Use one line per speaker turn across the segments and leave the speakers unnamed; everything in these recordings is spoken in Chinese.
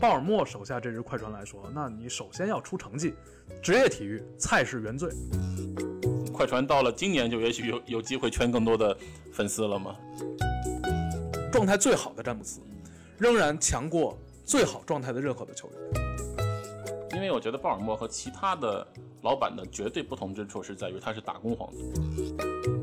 鲍尔默手下这支快船来说，那你首先要出成绩。职业体育，菜是原罪。
快船到了今年就也许有有机会圈更多的粉丝了嘛？
状态最好的詹姆斯，仍然强过最好状态的任何的球员。
因为我觉得鲍尔默和其他的老板的绝对不同之处是在于他是打工皇帝。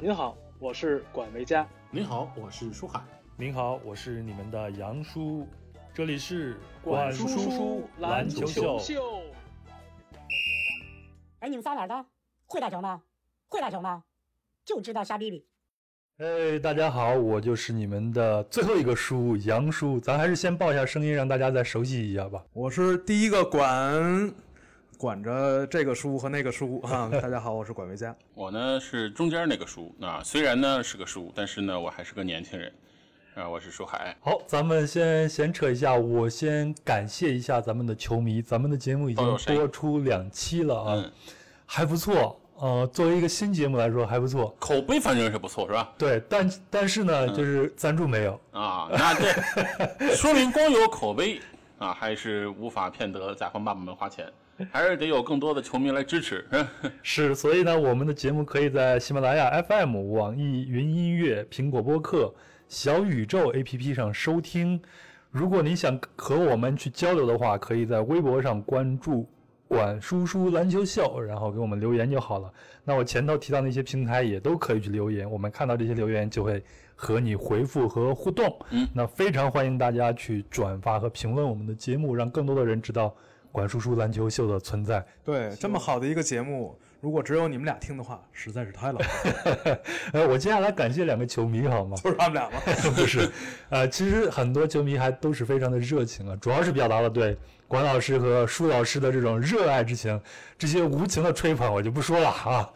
您好，我是管维佳。
您好，我是舒海。
您好，我是你们的杨叔，这里是
管
叔
叔叔
篮球秀。
秀，
哎，你们仨哪儿的？会打球吗？会打球吗？就知道瞎逼逼。
哎，大家好，我就是你们的最后一个叔杨叔，咱还是先报一下声音，让大家再熟悉一下吧。
我是第一个管管着这个书和那个书啊。大家好，我是管维 佳。
我呢是中间那个叔啊，虽然呢是个叔，但是呢我还是个年轻人啊，我是舒海。
好，咱们先闲扯一下，我先感谢一下咱们的球迷，咱们的节目已
都有
经
谁
播出两期了啊，
嗯，
还不错。呃，作为一个新节目来说还不错，
口碑反正是不错，是吧？
对，但但是呢，就是赞助没有，
啊，那这说明光有口碑啊，还是无法骗得甲方爸爸们花钱，还是得有更多的球迷来支持。
是，所以呢，我们的节目可以在喜马拉雅 FM、网易云音乐、苹果播客、小宇宙 APP 上收听。如果你想和我们去交流的话，可以在微博上关注“管叔叔篮球秀”，然后给我们留言就好了。那我前头提到那些平台也都可以去留言，我们看到这些留言就会和你回复和互动。
嗯
那非常欢迎大家去转发和评论我们的节目，让更多的人知道管叔叔篮球秀的存在。
对，这么好的一个节目，如果只有你们俩听的话，实在是太浪费 了，
呃，我接下来感谢两个球迷 好吗？
就是他们俩吗？
不是，呃，其实很多球迷还都是非常的热情啊，主要是表达了对管老师和舒老师的这种热爱之情。这些无情的吹捧我就不说了啊。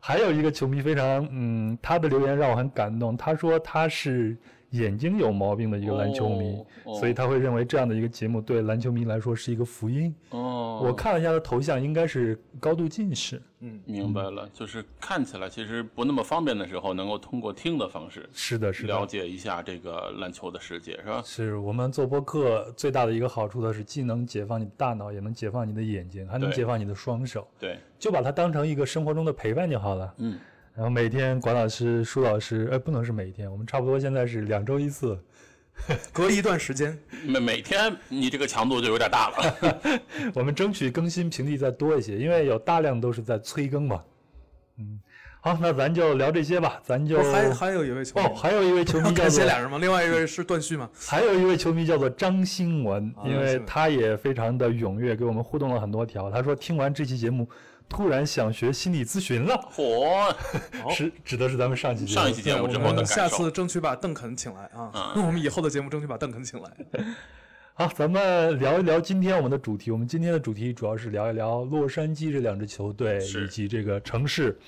还有一个球迷非常，嗯，他的留言让我很感动。他说他是眼睛有毛病的一个篮球迷，
哦
所以他会认为这样的一个节目对篮球迷来说是一个福音。
哦，
我看了一下他的头像，应该是高度近视。
明白了，就是看起来其实不那么方便的时候，能够通过听的方式
是的，是的，
了解一下这个篮球的世界，是吧？
是我们做播客最大的一个好处呢，是既能解放你的大脑，也能解放你的眼睛，还能
对
解放你的双手，
对，
就把它当成一个生活中的陪伴就好了。
嗯，
然后每天管老师、舒老师，呃，不能是每天，我们差不多现在是两周一次，
隔一段时间，
每每天你这个强度就有点大了。
我们争取更新频率再多一些，因为有大量都是在催更嘛。嗯，好，那咱就聊这些吧，咱 就
不是还还有一位球迷
哦，还有一 位球迷叫
感
做
谢俩人吗？另外一位是段旭吗？
还有一位球迷叫做张新文，
啊
因为他也非常的踊跃，给我们互动了很多条。他说听完这期节目，突然想学心理咨询了，
嚯，
是指的是咱们上期节目。嗯
上一期节目
我
之后的
们
感受，
呃下
嗯
次争取把邓肯请来啊！那我们以后的节目争取把邓肯请来。
好，咱们聊一聊今天我们的主题。我们今天的主题主要是聊一聊洛杉矶这两支球队
是
以及这个城市。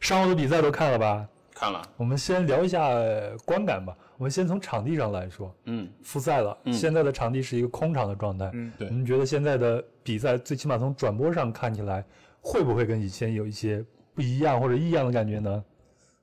上午的比赛都看了吧？
看了，
我们先聊一下呃观感吧。我们先从场地上来说，
嗯，
复赛了，
嗯
现在的场地是一个空场的状态。
嗯，
对
你们觉得现在的比赛，最起码从转播上看起来，会不会跟以前有一些不一样或者异样的感觉呢？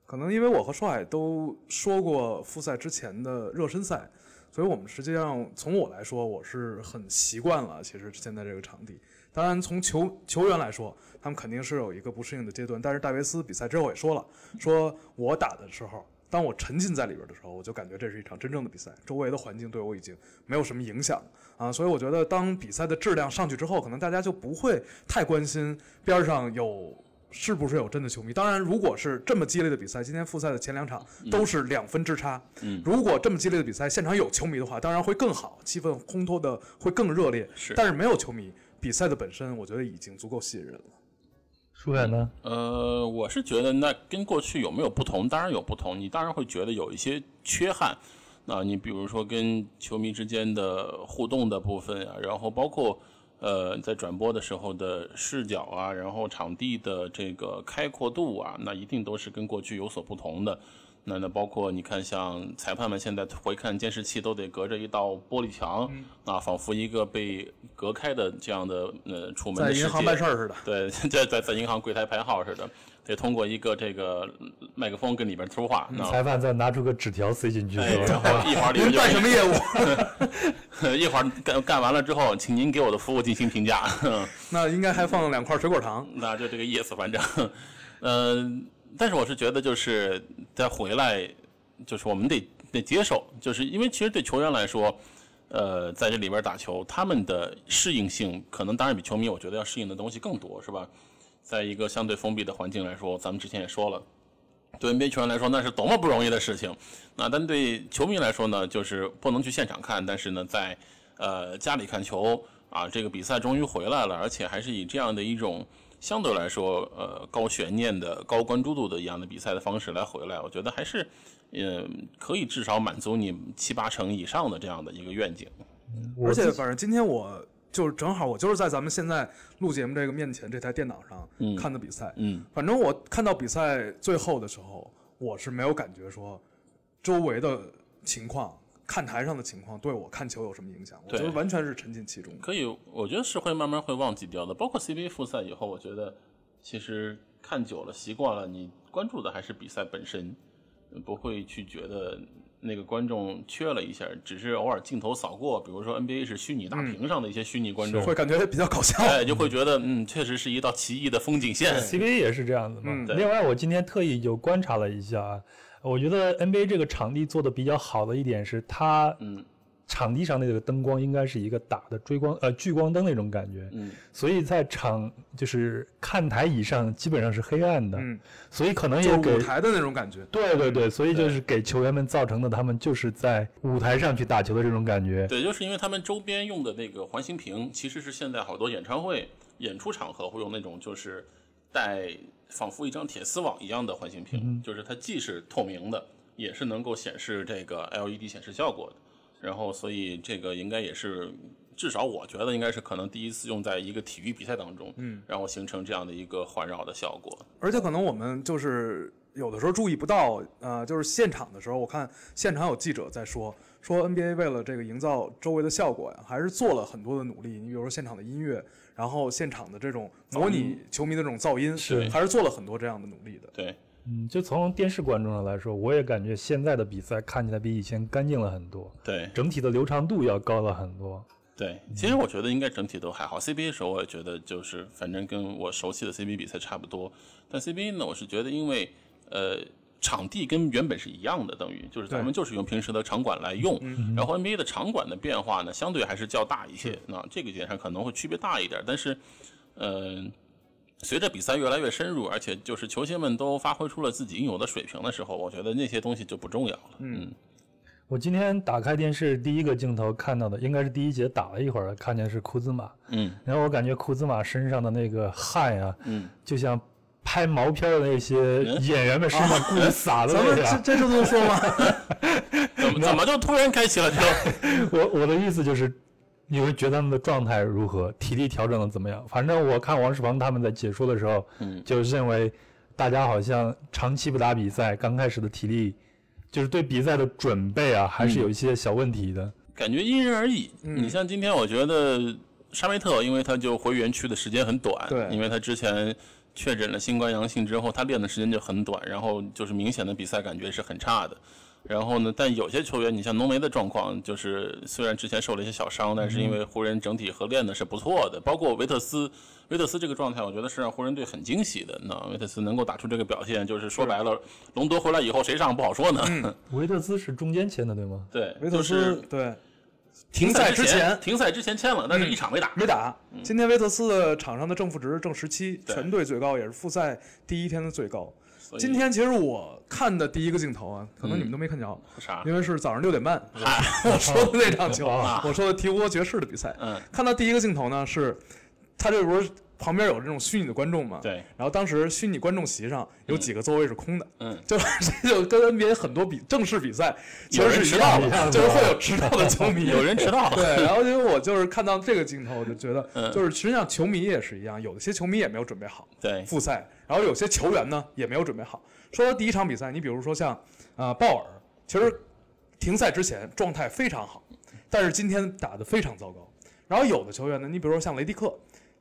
可能因为我和舒海都说过复赛之前的热身赛，所以我们实际上从我来说，我是很习惯了。其实现在这个场地，当然从球球员来说，他们肯定是有一个不适应的阶段。但是戴维斯比赛之后也说了，说我打的时候，当我沉浸在里边的时候，我就感觉这是一场真正的比赛，周围的环境对我已经没有什么影响了啊。所以我觉得，当比赛的质量上去之后，可能大家就不会太关心边上有是不是有真的球迷？当然，如果是这么激烈的比赛，今天复赛的前两场都是两分之差。
嗯
如果这么激烈的比赛，现场有球迷的话，当然会更好，气氛烘托的会更热烈。
是
但是没有球迷，比赛的本身我觉得已经足够吸引人了。
舒远呢？
呃，我是觉得那跟过去有没有不同？当然有不同，你当然会觉得有一些缺憾。那你比如说跟球迷之间的互动的部分啊，然后包括呃在转播的时候的视角啊，然后场地的这个开阔度啊，那一定都是跟过去有所不同的。那那包括你看，像裁判们现在回看监视器都得隔着一道玻璃墙，
嗯
啊，仿佛一个被隔开的这样的呃出门
在
的世
银行
界
办事儿似的。
对， 在在在银行柜台排号似的，得通过一个这个麦克风跟里边说话。
嗯
那
裁判再拿出个纸条塞 进去，
哎，
是
然
吧？
后一会儿里面
您
就
办什么业务？
一会儿干干完了之后，请您给我的服务进行评价。
那应该还放了两块水果糖。
那就这个意思，反正，嗯、但是我是觉得就是再回来，就是我们得得接受，就是因为其实对球员来说，呃，在这里边打球，他们的适应性可能当然比球迷我觉得要适应的东西更多，是吧？在一个相对封闭的环境来说，咱们之前也说了。对 NBA 球员来说，那是多么不容易的事情。那但对球迷来说呢，就是不能去现场看，但是呢，在呃家里看球啊，这个比赛终于回来了，而且还是以这样的一种相对来说呃高悬念的、高关注度的一样的比赛的方式来回来，我觉得还是嗯、可以至少满足你七八成以上的这样的一个愿景。
我
而且
自己
反正今天我就是正好，我就是在咱们现在录节目这个面前这台电脑上看的比赛。
嗯，
反正我看到比赛最后的时候，我是没有感觉说周围的情况、看台上的情况对我看球有什么影响，我
对
就完全是沉浸其中的。
可以，我觉得是会慢慢会忘记掉的。包括 CBA 复赛以后，我觉得其实看久了习惯了，你关注的还是比赛本身，呃不会去觉得那个观众缺了一下，只是偶尔镜头扫过，比如说 NBA 是虚拟大屏上的一些虚拟观众，
会感觉比较搞笑。
哎，就会觉得嗯，确实是一道奇异的风景线。
CBA 也是这样子嘛。
嗯
对
另外，我今天特意有观察了一下啊，我觉得 NBA 这个场地做的比较好的一点是，它
嗯
场地上那个灯光应该是一个打的追光呃聚光灯那种感觉，
嗯，
所以在场就是看台以上基本上是黑暗的，
嗯，
所以可能
就
也
是
给
舞台的那种感觉。
对对对，所以就是给球员们造成的他们就是在舞台上去打球的这种感觉。
对，就是因为他们周边用的那个环形屏，其实是现在好多演唱会、演出场合会用那种，就是带仿佛一张铁丝网一样的环形屏，就是它既是透明的，也是能够显示这个 LED 显示效果的。然后，所以这个应该也是，至少我觉得应该是可能第一次用在一个体育比赛当中，嗯，然后形成这样的一个环绕的效果。
而且可能我们就是有的时候注意不到，呃，就是现场的时候，我看现场有记者在说，说 NBA 为了这个营造周围的效果呀，还是做了很多的努力。你比如说现场的音乐，然后现场的这种模拟球迷的这种噪音，
是
还是做了很多这样的努力的。
对，
嗯，就从电视观众上来说，我也感觉现在的比赛看起来比以前干净了很多，
对，
整体的流畅度要高了很多。
对，其实我觉得应该整体都还好。CBA 时候我也觉得就是，反正跟我熟悉的 CBA 比赛差不多。但 CBA 呢，我是觉得因为呃场地跟原本是一样的，等于就是咱们就是用平时的场馆来用。然后 NBA 的场馆的变化呢，相对嗯还是较大一些。那这个点上可能会区别大一点，但是嗯。呃随着比赛越来越深入，而且就是球星们都发挥出了自己应有的水平的时候，我觉得那些东西就不重要了。嗯，
我今天打开电视，第一个镜头看到的应该是第一节打了一会儿，看见是库兹马，
嗯，
然后我感觉库兹马身上的那个汗啊，
嗯，
就像拍毛片的那些演员们身上故意撒的
咱们
那
这
样。
这就这么说吗？
怎么怎么就突然开启了这种？
我我的意思就是，你会觉得他们的状态如何，体力调整的怎么样？反正我看王世鹏他们在解说的时候，
嗯
就认为大家好像长期不打比赛，刚开始的体力，就是对比赛的准备啊，还
嗯
是有一些小问题的。
感觉因人而异。
嗯
你像今天，我觉得沙梅特，因为他就回园区的时间很短，
对
因为他之前确诊了新冠阳性之后，他练的时间就很短，然后就是明显的比赛感觉是很差的。然后呢，但有些球员，你像浓眉的状况，就是虽然之前受了一些小伤，但是因为湖人整体合练的是不错的，包括维特斯，维特斯这个状态，我觉得是让湖人队很惊喜的。那维特斯能够打出这个表现，就是说白了，隆多回来以后谁上不好说呢。
维特斯是中间签的对吗？
对，
嗯维
就
特斯
是
对
停赛
之前嗯
停赛之前签了，但是一场没打。
没打。今天维特斯的场上的正负值正十七，
对
全队最高，也是复赛第一天的最高。
所以
今天其实我看的第一个镜头啊，可能你们都没看着，
啥？
因为是早上六点 半，
哎
我说的那场球，
啊
我说的鹈鹕爵士的比赛。
嗯，
看到第一个镜头呢，是他这不是旁边有这种虚拟的观众嘛？。
对，
然后当时虚拟观众席上有几个座位是空的，
嗯，
就是 这就跟 NBA 很多比正式比赛其
有
实
人
是
迟
一
到
样
了
的，就是会有迟到的球迷，
有人迟到 了。
对，然后因为我就是看到这个镜头，我就觉得，
嗯
就是实际上球迷也是一样，有的些球迷也没有准备好
对
复赛，然后有些球员呢也没有准备好。说到第一场比赛，你比如说像啊、鲍尔其实停赛之前状态非常好，但是今天打得非常糟糕。然后有的球员呢，你比如说像雷迪克，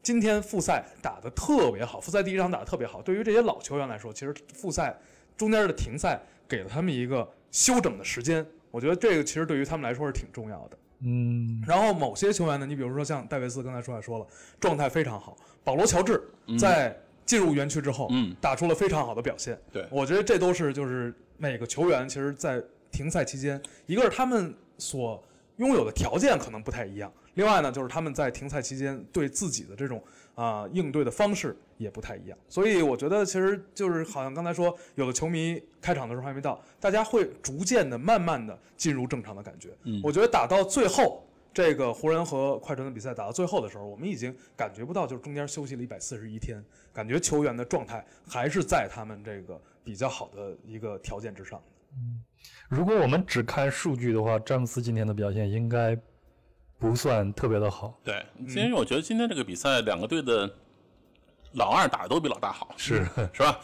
今天复赛打得特别好，复赛第一场打得特别好。对于这些老球员来说，其实复赛中间的停赛给了他们一个休整的时间，我觉得这个其实对于他们来说是挺重要的。
嗯，
然后某些球员呢，你比如说像戴维斯，刚才说也说了，状态非常好。保罗·乔治在进入园区之后，
嗯
打出了非常好的表现。
对
我觉得这都是就是每个球员其实，在停赛期间，一个是他们所拥有的条件可能不太一样，另外呢，就是他们在停赛期间对自己的这种啊、应对的方式也不太一样。所以我觉得，其实就是好像刚才说，有的球迷开场的时候还没到，大家会逐渐的、慢慢的进入正常的感觉。
嗯
我觉得打到最后。这个湖人和快船的比赛打到最后的时候，我们已经感觉不到，就是中间休息了一百四十一天，感觉球员的状态还是在他们这个比较好的一个条件之上。
如果我们只看数据的话，詹姆斯今天的表现应该不算特别的好。
对，
嗯
其实我觉得今天这个比赛，两个队的老二打得都比老大好，
是，
是吧？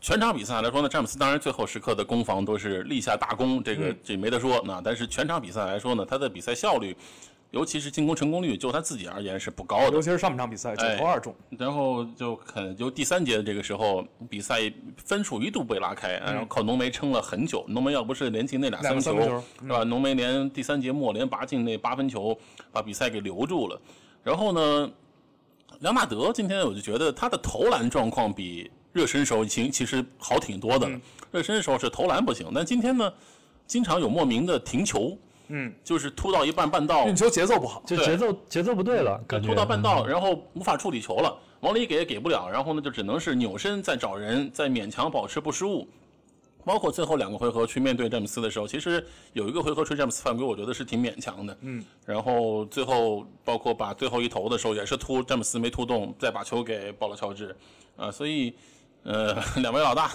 全场比赛来说呢，詹姆斯当然最后时刻的攻防都是立下大功，这
嗯
个这没得说。那但是全场比赛来说呢，他的比赛效率，尤其是进攻成功率，就他自己而言是不高的
尤。其是上半场比赛九投二中，
然后就肯就第三节的这个时候，比赛分数一度被拉开，然后靠浓眉撑了很久。浓眉要不是连进那俩
嗯两个
球，
三分球嗯
是吧？浓眉连第三节末连拔进那八分球，把比赛给留住了。然后呢，梁纳德今天我就觉得他的投篮状况比热身时候其其实好挺多
嗯
的了。热身时候是投篮不行，但今天呢，经常有莫名的停球，
嗯，
就是突到一半半道
运球节奏不好，
就
对
节奏节奏不对了，感觉
拖到半道，然后无法处理球了，往里给也给不了，然后呢就只能是扭身再找人，再勉强保持不失误。包括最后两个回合去面对詹姆斯的时候，其实有一个回合吹詹姆斯犯规，我觉得是挺勉强的。嗯，然后最后包括把最后一投的时候也是突詹姆斯没突动，再把球给保罗乔治，啊、所以呃 两位老大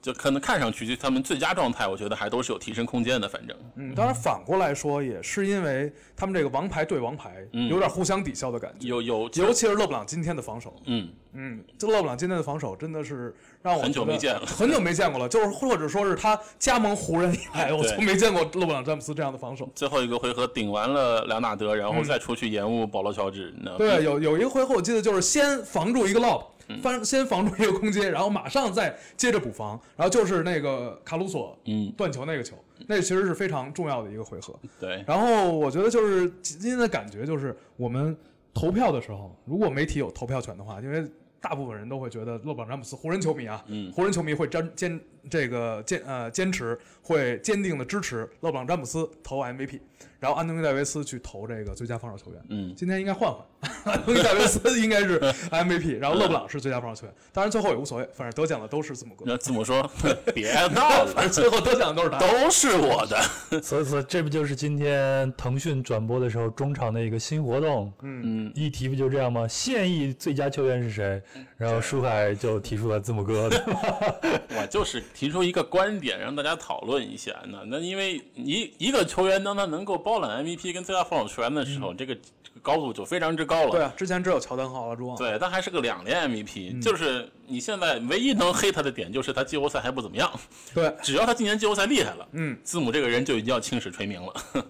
就可能看上去就他们最佳状态，我觉得还都是有提升空间的，反正。
嗯，当然反过来说，也是因为他们这个王牌对王牌，有点互相抵消的感觉。
有有，
尤其是勒布朗今天的防守，
嗯，
嗯，这勒布朗今天的防守真的是让我
很久
觉得
没见了
很久没见过了。就是或者说是他加盟湖人以来，我
对嗯
从没见过勒布朗詹姆斯这样的防守。
最后一个回合顶完了莱昂纳德，然后再出去延误保罗乔治。那
对，啊有有一个回合我记得就是先防住一个 lob，翻
嗯
先防住一个空接，然后马上再接着补防，然后就是那个卡鲁索
嗯
断球那个球，那其实是非常重要的一个回合。
对，
然后我觉得就是今天的感觉就是我们投票的时候，如果媒体有投票权的话，因为大部分人都会觉得勒布朗詹姆斯湖人球迷啊，
嗯
湖人球迷会坚坚这个坚呃坚持会坚定的支持勒布朗詹姆斯投 MVP，然后安东尼戴维斯去投这个最佳防守球员。
嗯，
今天应该换 换，安东尼戴维斯应该 是 MVP，然后勒布朗是最佳防守球员。当然最后也无所谓，反正得奖的都是字母哥，
那字母说别闹
反
了
正，最后得奖的都是他。
嗯都是我的。
所以说这不就是今天腾讯转播的时候中场的一个新活动？
嗯，
议题不就这样吗？现役最佳球员是谁？然后舒海就提出了字母哥，对吧
我就是提出一个观点让大家讨论一下。那那因为一一个球员当他能够包揽 MVP 跟最佳防守球员的时候，这个这个高度就非常之高了。
嗯对啊，嗯之前只有乔丹和奥拉朱旺。
对，但还是个两连 MVP，、就是你现在唯一能黑他的点就是他季后赛还不怎么样，
对，
只要他今年季后赛厉害了，
嗯，
字母这个人就已经要青史垂名了。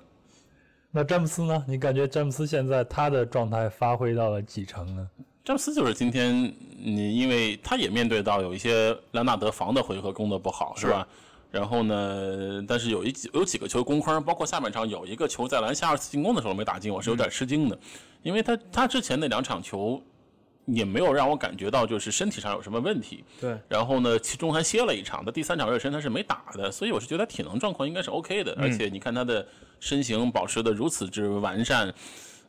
那詹姆斯呢？你感觉詹姆斯现在他的状态发挥到了几成呢？
詹姆斯就是今天你，因为他也面对到有一些兰纳德防的回合攻的不好，是吧？然后呢，但是有一几有几个球攻框，包括下半场有一个球在篮下二次进攻的时候没打进，我是有点吃惊的，因为他他之前那两场球也没有让我感觉到就是身体上有什么问题。
对，
然后呢，其中还歇了一场，他第三场热身他是没打的，所以我是觉得体能状况应该是 OK 的，而且你看他的身形保持的如此之完善，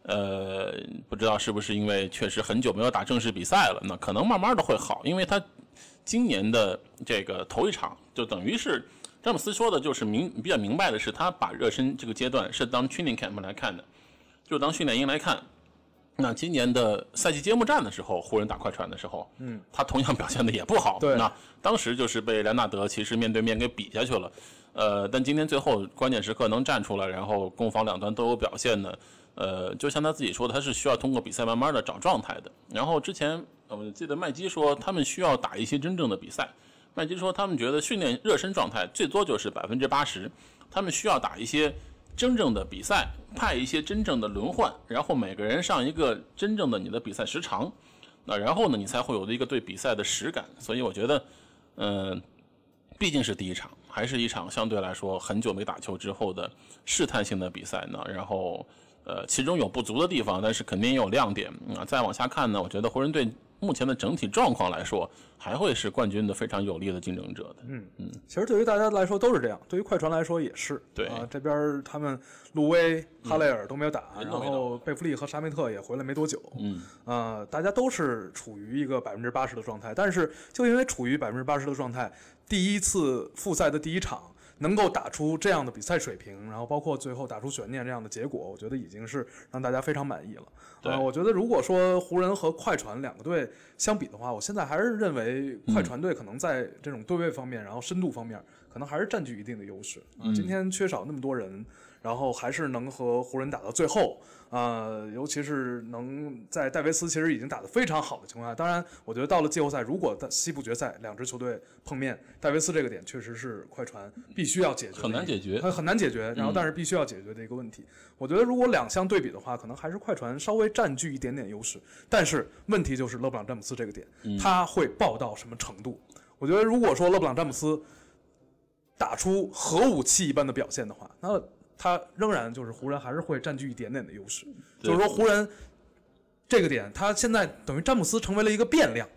呃，不知道是不是因为确实很久没有打正式比赛了，那可能慢慢的会好，因为他今年的这个头一场就等于是詹姆斯说的，就是明比较明白的是，他把热身这个阶段是当 training camp 来看的，就当训练营来看。那今年的赛季揭幕战的时候，湖人打快船的时候，嗯，他同样表现的也不好。
对
那当时就是被莱纳德其实面对面给比下去了。呃，但今天最后关键时刻能站出来，然后攻防两端都有表现的，呃，就像他自己说的，他是需要通过比赛慢慢呃的找状态的。然后之前我记得麦基说，他们需要打一些真正的比赛，麦基说他们觉得训练热身状态最多就是百分之八十，他们需要打一些真正的比赛，派一些真正的轮换，然后每个人上一个真正的你的比赛时长，那然后呢，你才会有的一个对比赛的实感。所以我觉得，嗯、毕竟是第一场，还是一场相对来说很久没打球之后的试探性的比赛呢。然后，呃，其中有不足的地方，但是肯定也有亮点啊、再往下看呢，我觉得湖人队目前的整体状况来说，还会是冠军的非常有力的竞争者的。
其实对于大家来说都是这样，对于快船来说也是。
对
啊，这边他们路威、哈雷尔都没有打，
人
然
嗯都没
后贝弗利和沙梅特也回来没多久。
嗯，
呃，大家都是处于一个百分之八十的状态，但是就因为处于百分之八十的状态，第一次复赛的第一场能够打出这样的比赛水平，然后包括最后打出悬念这样的结果，我觉得已经是让大家非常满意了。
对
呃，我觉得如果说湖人和快船两个队相比的话，我现在还是认为快
嗯
船队可能在这种对位方面，然后深度方面，可能还是占据一定的优势。啊
嗯
今天缺少那么多人，然后还是能和湖人打到最后，呃，尤其是能在戴维斯其实已经打得非常好的情况下，当然，我觉得到了季后赛，如果在西部决赛两支球队碰面，戴维斯这个点确实是快船必须要解决的一个，
很难解决嗯
很很难解决，然后但是必须要解决的一个问题。我觉得如果两相对比的话，可能还是快船稍微占据一点点优势，但是问题就是勒布朗詹姆斯这个点，
嗯
他会爆到什么程度？我觉得如果说勒布朗詹姆斯打出核武器一般的表现的话，那他仍然就是湖人还是会占据一点点的优势。
对
就是说湖人这个点，他现在等于詹姆斯成为了一个变 量，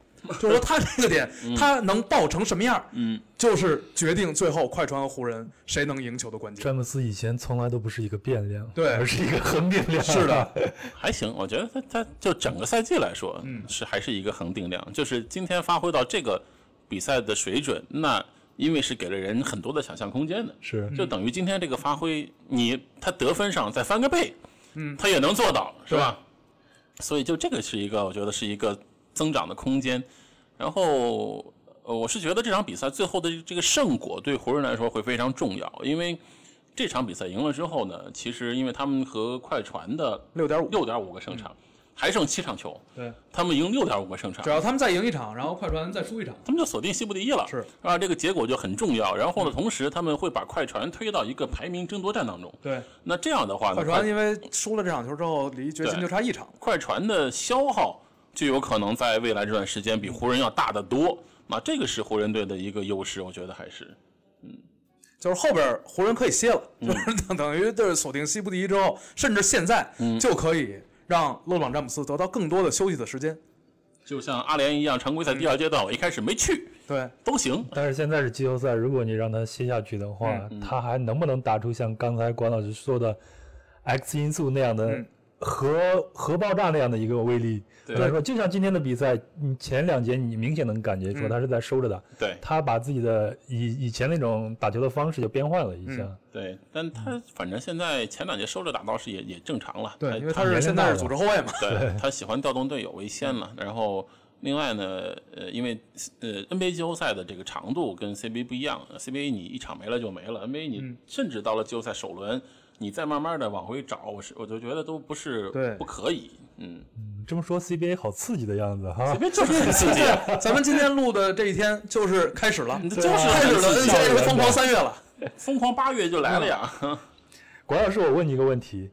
就是说他这个点、他能爆成什么样，
嗯，
就是决定最后快船和湖人谁能赢球的关键。
詹姆斯以前从来都不是一个变量，
对
而是一个恒定量。
是的，
还行，我觉得他他就整个赛季来说，嗯，是还是一个恒定量，就是今天发挥到这个比赛的水准，那因为是给了人很多的想象空间的，
是
就等于今天这个发挥，你他得分上再翻个倍，嗯，他也能做到，是吧？所以就这个是一个，我觉得是一个增长的空间。然后，呃，我是觉得这场比赛最后的这个胜果对湖人来说会非常重要，因为这场比赛赢了之后呢，其实因为他们和快船的
六点五，
六点五个胜
嗯
场，还剩七场球，
对，
他们赢六点五个胜场
只，要他们再赢一场，然后快船再输一场，
他们就锁定西部第一了，
是嗯
啊，这个结果就很重要。然后呢，同时他们会把快船推到一个排名争夺战当中。
对，
那这样的话呢，
快
快
船因为输了这场球之后，离决心
对
就差一场。
快船的消耗就有可能在未来这段时间比湖人要大得多。那这个是湖人队的一个优势，我觉得还是
就是后边儿湖人可以歇了， 就是等等于就是锁定西部第一之后，甚至现在就可以让勒布朗詹姆斯得到更多的休息的时间。
就像阿联一样，常规赛第
嗯
二阶段我一开始没去
对，
都行。
但是现在是季后赛，如果你让他歇下去的话，他还能不能打出像刚才管老师说的 X 因素那样的
嗯
核、核爆炸那样的一个威力？
对
来说，就像今天的比赛，你前两节你明显能感觉出他是在收着打，
对
他把自己的以以前那种打球的方式就变换了一下。
对，但他反正现在前两节收着打倒是也也正常了。
嗯对，因为他
年
是
龄
现
大
在
了
是 组织后卫嘛。
对，他喜欢调动队友为先了。然后另外呢，呃，因为呃 NBA 季后赛的这个长度跟 CBA 不一样呃，CBA 你一场没了就没了，NBA
嗯
你甚至到了季后赛首轮，你再慢慢的往回找，我是我就觉得都不是
对
不可以，嗯，
嗯这么说 CBA 好刺激的样子哈。
就是很刺激。咱们今天录的这一天就是开始了，
就是
开 始了
很刺激
，NBA 的疯狂三月了。
疯狂八月就来了呀，
管老师，我问你一个问题，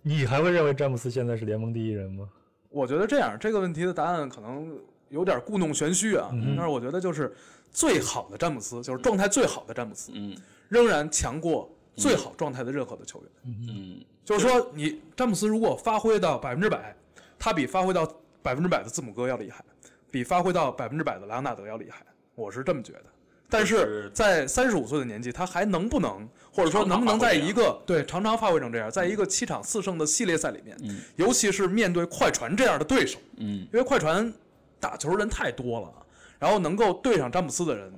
你还会认为詹姆斯现在是联盟第一人吗？
我觉得这样，这个问题的答案可能有点故弄玄虚
嗯
啊，但是我觉得就是最好的詹姆斯，就是状态最好的詹姆斯，
嗯
仍然强过最好状态的任何的球员。
嗯，
就是说，你詹姆斯如果发挥到百分之百，他比发挥到百分之百的字母哥要厉害，比发挥到百分之百的莱昂纳德要厉害，我是这么觉得。但
就是
是在三十五岁的年纪，他还能不能，或者说
常常
能不能
发挥
在
这样
一个对常常发挥成这样，在一个七场四胜的系列赛里面，
嗯
尤其是面对快船这样的对手，
嗯，
因为快船打球人太多了啊，然后能够对上詹姆斯的人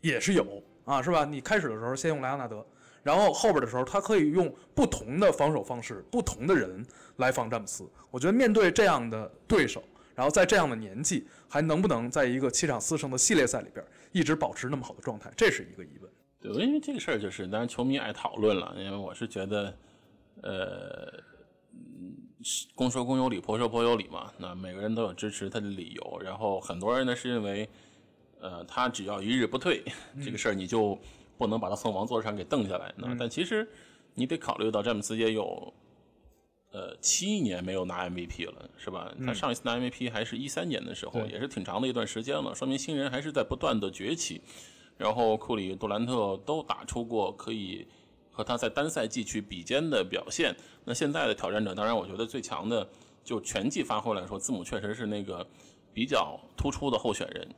也是有啊，是吧？你开始的时候先用莱昂纳德，然后后边的时候他可以用不同的防守方式、不同的人来防詹姆斯。我觉得面对这样的对手，然后在这样的年纪，还能不能在一个七场四胜的系列赛里边一直保持那么好的状态，这是一个疑问。
对，因为这个事儿就是，当然球迷爱讨论了，因为我是觉得，呃，嗯是公说公有理，婆说婆有理嘛。那每个人都有支持他的理由，然后很多人呢是认为，呃，他只要一日不退， 这个事儿你就不能把他从王座上给蹬下来。那、但其实你得考虑到詹姆斯也有呃七年没有拿 MVP 了，是吧？他上一次拿 MVP 还是一三年的时候，
对
也是挺长的一段时间了，说明新人还是在不断的崛起。然后库里、杜兰特都打出过可以和他在单赛季去比肩的表现。那现在的挑战者，当然我觉得最强的，就全季发挥来说，字母确实是那个比较突出的候选人。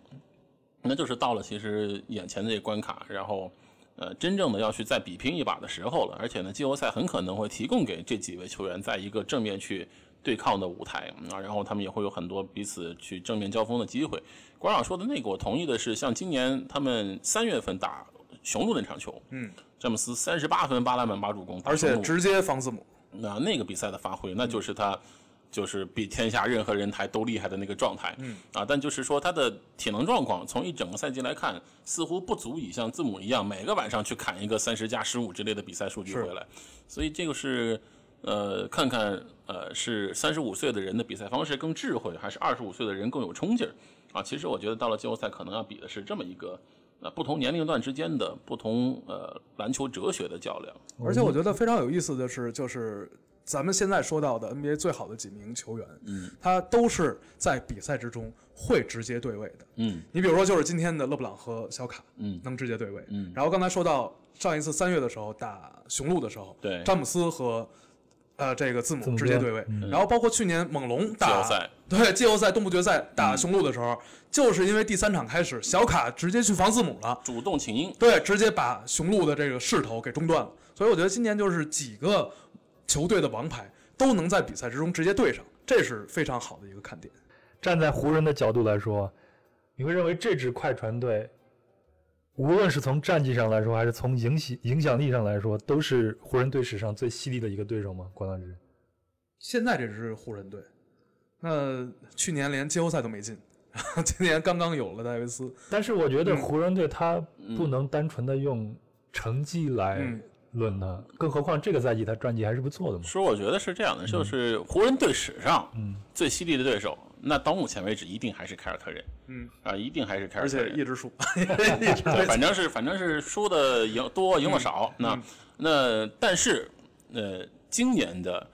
那就是到了其实眼前这关卡，然后呃，真正的要去再比拼一把的时候了。而且呢，季后赛很可能会提供给这几位球员在一个正面去对抗的舞台嗯啊，然后他们也会有很多彼此去正面交锋的机会。馆长说的那个，我同意的是，像今年他们三月份打雄鹿那场球，
嗯，
詹姆斯三十八分、八篮板、八助攻，打
而且
雄鹿
直接防字母，
那呃那个比赛的发挥，那就是他就是比天下任何人还都厉害的那个状态。嗯啊，但就是说他的体能状况，从一整个赛季来看，似乎不足以像字母一样每个晚上去砍一个三十加十五之类的比赛数据
是
回来。所以这个是呃，看看呃是三十五岁的人的比赛方式更智慧，还是二十五岁的人更有冲劲儿啊？其实我觉得到了季后赛，可能要比的是这么一个。呃，不同年龄段之间的不同呃篮球哲学的较量，
而且我
嗯
觉得非常有意思的是，就是咱们现在说到的 NBA 最好的几名球员，嗯，他都是在比赛之中会直接对位的。
嗯，
你比如说，就是今天的勒布朗和小卡，
嗯
能直接对位。
嗯
然后刚才说到上一次三月的时候打雄鹿的时候，
对
詹姆斯和呃这个字
字
母
母嗯
直接
哥
对位。然后包括去年猛龙打
季后赛，嗯
对季后赛东部决赛打雄鹿的时候，就是因为第三场开始，小卡直接去防字母了。
主动请缨，
对，直接把雄鹿的这个势头给中断了。所以我觉得今年就是几个球队的王牌都能在比赛之中直接对上，这是非常好的一个看点。
站在湖人的角度来说，你会认为这支快船队，无论是从战绩上来说，还是从影响影响力上来说，都是湖人队史上最犀利的一个对手吗？关老师，
现在这支湖人队，那去年连季后赛都没进，然后今年刚刚有了戴维斯，
但是我觉得湖人队他不能单纯的用成绩
哎
来
嗯
论他，更何况这个赛季他战绩还是不错的嘛。
说我觉得是这样的，就是湖人队史上
嗯
最犀利的对手，那到目前为止一定还是凯尔特人，
嗯
啊，一定还是凯
而
尔特
且一
人，
直 输，一直
对
没进
反正是反正是输的赢多赢的少，
嗯
那那但是呃，今年的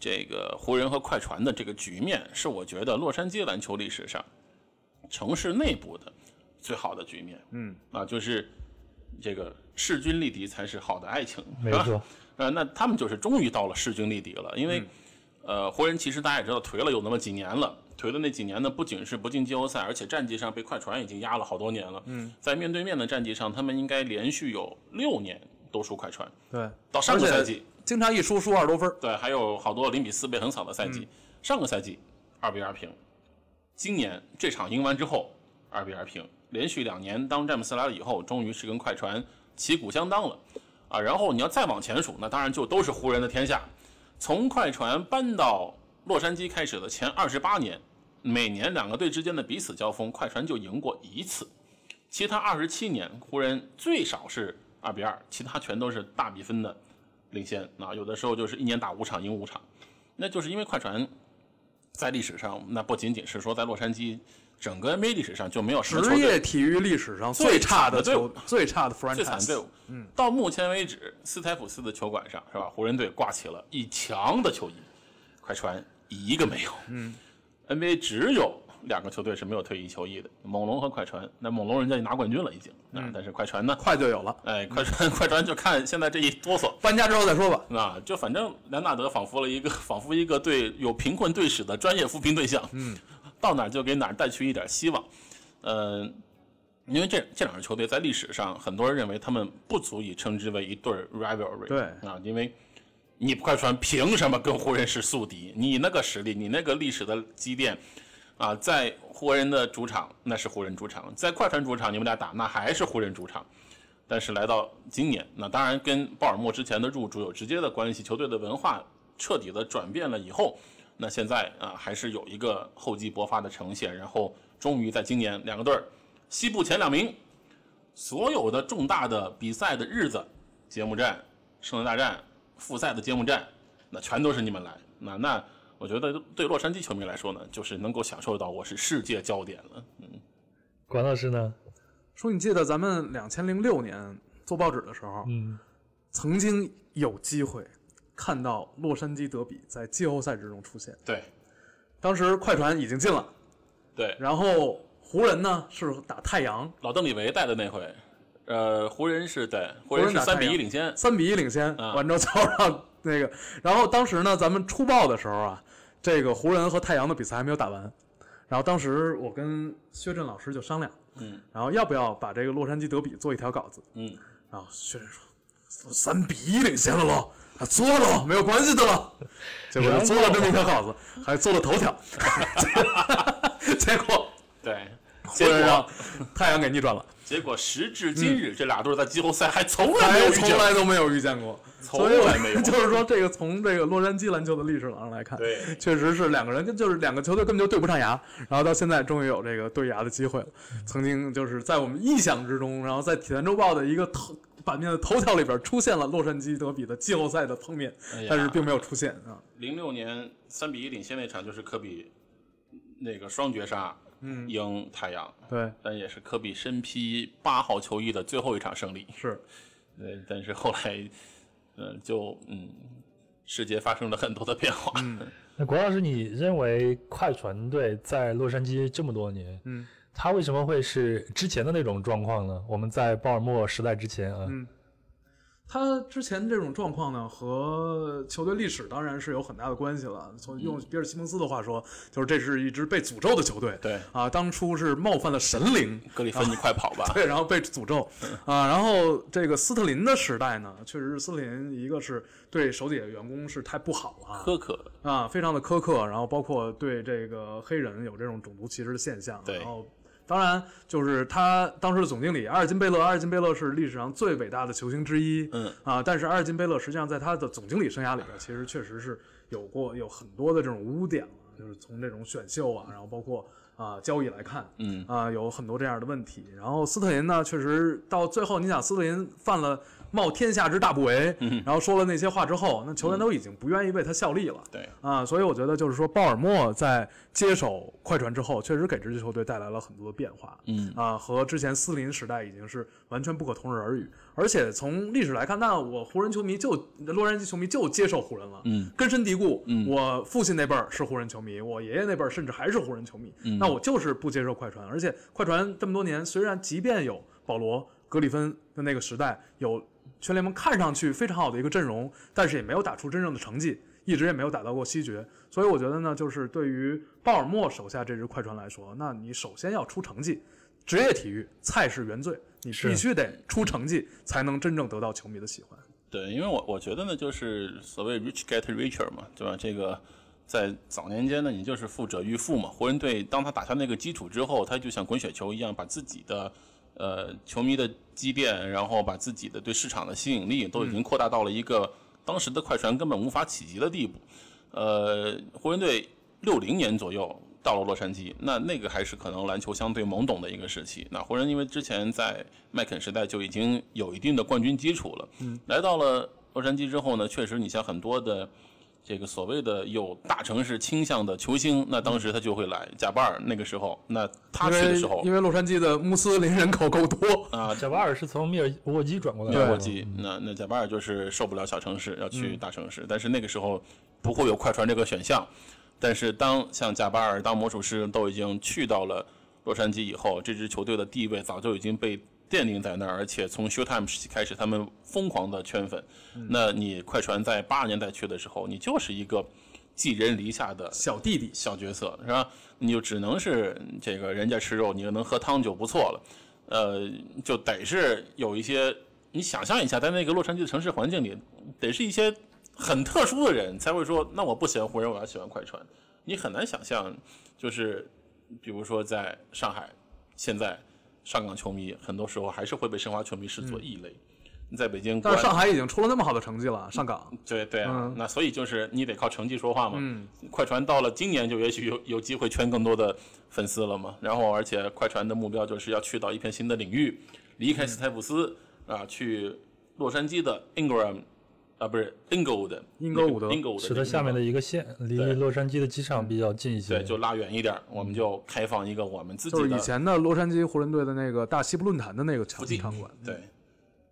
这个湖人和快船的这个局面，是我觉得洛杉矶篮球历史上城市内部的最好的局面，
嗯
啊，就是这个势均力敌才是好的爱情，
没
是吧
错，
呃，那他们就是终于到了势均力敌了，因为、呃，湖人其实大家也知道颓了有那么几年了，颓的那几年呢，不仅是不进季后赛，而且战绩上被快船已经压了好多年了。嗯，在面对面的战绩上，他们应该连续有六年都输快船，
对，
到上个赛季，
经常一输输二十多分儿，
对，还有好多零比四被横扫的赛季，上个赛季二比二平，今年这场赢完之后二比二平，连续两年当詹姆斯来了以后，终于是跟快船旗鼓相当了啊。然后你要再往前数，那当然就都是湖人的天下。从快船搬到洛杉矶开始的前二十八年，每年两个队之间的彼此交锋，快船就赢过一次，其他二十七年湖人最少是二比二，其他全都是大比分的领先啊，有的时候就是一年打五场赢五场，那就是因为快船在历史上，那不仅仅是说在洛杉矶，整个 NBA 历史上就没有什么球
职
队
业体育历史上
最
最
差
差
的
的
队伍
球，最差的 franchise，
最惨队伍。嗯，到目前为止，斯台普斯的球馆上是吧？湖人队挂起了一墙的球衣，快船一个没有。嗯，NBA 只有两个球队是没有退役球衣的，猛龙和快船。那猛龙人家拿冠军了已经，啊，但是快船呢？
快就有了。
哎，快船， 快船就看现在这一哆嗦，
搬家之后再说吧。
啊，就反正梁纳德仿佛了一个仿佛一个对有贫困队史的专业扶贫对象，嗯，到哪儿就给哪儿带去一点希望，呃，因为这这两支球队在历史上，很多人认为他们不足以称之为一对儿 rivalry，
对
啊，因为你快船凭什么跟湖人是宿敌？你那个实力，你那个历史的积淀，啊，在湖人的主场那是湖人主场，在快船主场你们俩打那还是湖人主场。但是来到今年，那当然跟鲍尔默之前的入主有直接的关系，球队的文化彻底的转变了以后，那现在啊还是有一个厚积薄发的呈现，然后终于在今年两个队儿西部前两名，所有的重大的比赛的日子，揭幕战、圣诞大战、复赛的揭幕战，那全都是你们来，那那。我觉得对洛杉矶球迷来说呢，就是能够享受到我是世界焦点了。
管老师呢？
说你记得咱们两千零六年做报纸的时候，
嗯，
曾经有机会看到洛杉矶德比在季后赛之中出现，
对
当时快船已经进了，
对，
然后湖人呢是打太阳，
老邓李维带的那回，呃，湖人是对湖
人
人是
打太
三比
阳
一领先，
三比一领先，
啊
完之后就让那个，然后当时呢，咱们出报的时候啊，这个湖人和太阳的比赛还没有打完，然后当时我跟薛震老师就商量，
嗯，
然后要不要把这个洛杉矶德比做一条稿子，
嗯，
啊然后薛震说三比一领先了喽，啊，做了没有关系的了，结果就做了这么一条稿子，还做了头条， 结果
对，
湖
结
人让
果
太阳给逆转了，
结果时至今日，这俩队在季后赛还从来没有
嗯还
遇见
从来都没有遇见过。
从
所以我，
来没有
就是说，这个从这个洛杉矶篮球的历史上来看，
对
确实是两个人跟就是两个球队根本就对不上牙，然后到现在终于有这个对牙的机会了。曾经就是在我们意想之中，然后在《体坛周报》的一个头版面的头条里边出现了洛杉矶德比的季后赛的碰面，
哎呀
但是并没有出现啊。
零六年三比一领先那场就是科比那个双绝杀，嗯，赢太阳，
对，
但也是科比身披八号球衣的最后一场胜利。
是
呃，但是后来，呃，就嗯，世界发生了很多的变化。
嗯
那国老师，你认为快船队在洛杉矶这么多年，
嗯，
他为什么会是之前的那种状况呢？我们在鲍尔默时代之前啊，
嗯他之前这种状况呢，和球队历史当然是有很大的关系了。从用
嗯
比尔·西蒙斯的话说，就是这是一支被诅咒的球队。
对
啊，当初是冒犯了神灵，
格里芬，你快跑吧！
对，然后被诅咒啊。然后这个斯特林的时代呢，确实是斯特林一个是对手底下员工是太不好了
科可，
啊，非常的苛刻，然后包括对这个黑人有这种种族歧视的现象，
对
然后。当然，就是他当时的总经理阿尔金贝勒，阿尔金贝勒是历史上最伟大的球星之一。
嗯
啊，但是阿尔金贝勒实际上在他的总经理生涯里边，其实确实是有过有很多的这种污点啊，就是从这种选秀啊，然后包括啊交易来看，
嗯，
啊、有很多这样的问题。然后斯特林呢，确实到最后，你想斯特林犯了冒天下之大不韪，
嗯
然后说了那些话之后，那球员都已经不愿意为他效力了。
对，
啊，所以我觉得就是说，鲍尔默在接手快船之后，确实给这支球队带来了很多的变化。
嗯
啊，和之前斯林时代已经是完全不可同日而语。而且从历史来看，那我湖人球迷就洛杉矶球迷就接受湖人了，
嗯，
根深蒂固。
嗯
我父亲那辈儿是湖人球迷，我爷爷那辈儿甚至还是湖人球迷。
嗯
那我就是不接受快船，而且快船这么多年，虽然即便有保罗、格里芬的那个时代有全联盟看上去非常好的一个阵容，但是也没有打出真正的成绩，一直也没有打到过西决。所以我觉得呢，就是对于鲍尔默手下这支快船来说，那你首先要出成绩。职业体育菜是原罪，你
是
必须得出成绩才能真正得到球迷的喜欢。
对，因为我我觉得呢，就是所谓 rich get richer 嘛，对吧？这个在早年间呢，你就是富者愈富嘛。湖人队当他打下那个基础之后，他就像滚雪球一样，把自己的呃球迷的积淀，然后把自己的对市场的吸引力，都已经扩大到了一个当时的快船根本无法企及的地步。呃，湖人队六零年左右到了洛杉矶，那那个还是可能篮球相对懵懂的一个时期。那湖人因为之前在麦肯时代就已经有一定的冠军基础了，嗯，来到了洛杉矶之后呢，确实你像很多的。这个所谓的有大城市倾向的球星，那当时他就会来。贾巴尔那个时候，那他去的时候
因为因为洛杉矶的穆斯林人口够多，
啊，
贾巴尔是从密尔沃基转过来
对，
的，
我记，那那贾巴尔就是受不了小城市，要去大城市，但是那个时候不会有快船这个选项。但是当像贾巴尔、当魔术师都已经去到了洛杉矶以后，这支球队的地位早就已经被奠定在那儿，而且从 Showtime 时期开始，他们疯狂的圈粉。那你快船在八十年代去的时候，你就是一个寄人篱下的
小弟弟
小角色，是吧？你就只能是这个人家吃肉，你能喝汤就不错了。呃，就得是有一些，你想象一下，在那个洛杉矶的城市环境里，得是一些很特殊的人才会说，那我不喜欢湖人，我要喜欢快船。你很难想象，就是比如说在上海，现在上港球迷很多时候还是会被申花球迷视作异类。你在北京，
嗯但是上海已经出了那么好的成绩了，上港
对对啊，
嗯
那所以就是你得靠成绩说话嘛。快船到了今年就也许有有机会圈更多的粉丝了嘛。然后而且快船的目标就是要去到一片新的领域，离开斯台普斯、啊，去洛杉矶的 Ingram，啊，不是 Inglewood，
英
那
格
个
伍德
Inglewood
使得下面的一个县离
对
洛杉矶的机场比较近一些。
对就拉远一点，我们就开放一个我们自己
就
的
是以前的洛杉矶湖人队的那个大西部论坛的那个
附
场
近
场馆，
嗯
对，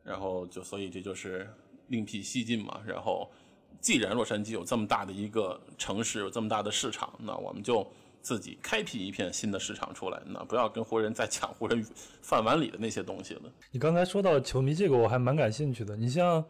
然后就所以这就是另辟蹊径嘛。然后既然洛杉矶有这么大的一个城市，有这么大的市场，那我们就自己开辟一片新的市场出来，那不要跟湖人再抢 湖人饭碗里的那些东西了。
你刚才说到球迷这个，我还蛮感兴趣的。你像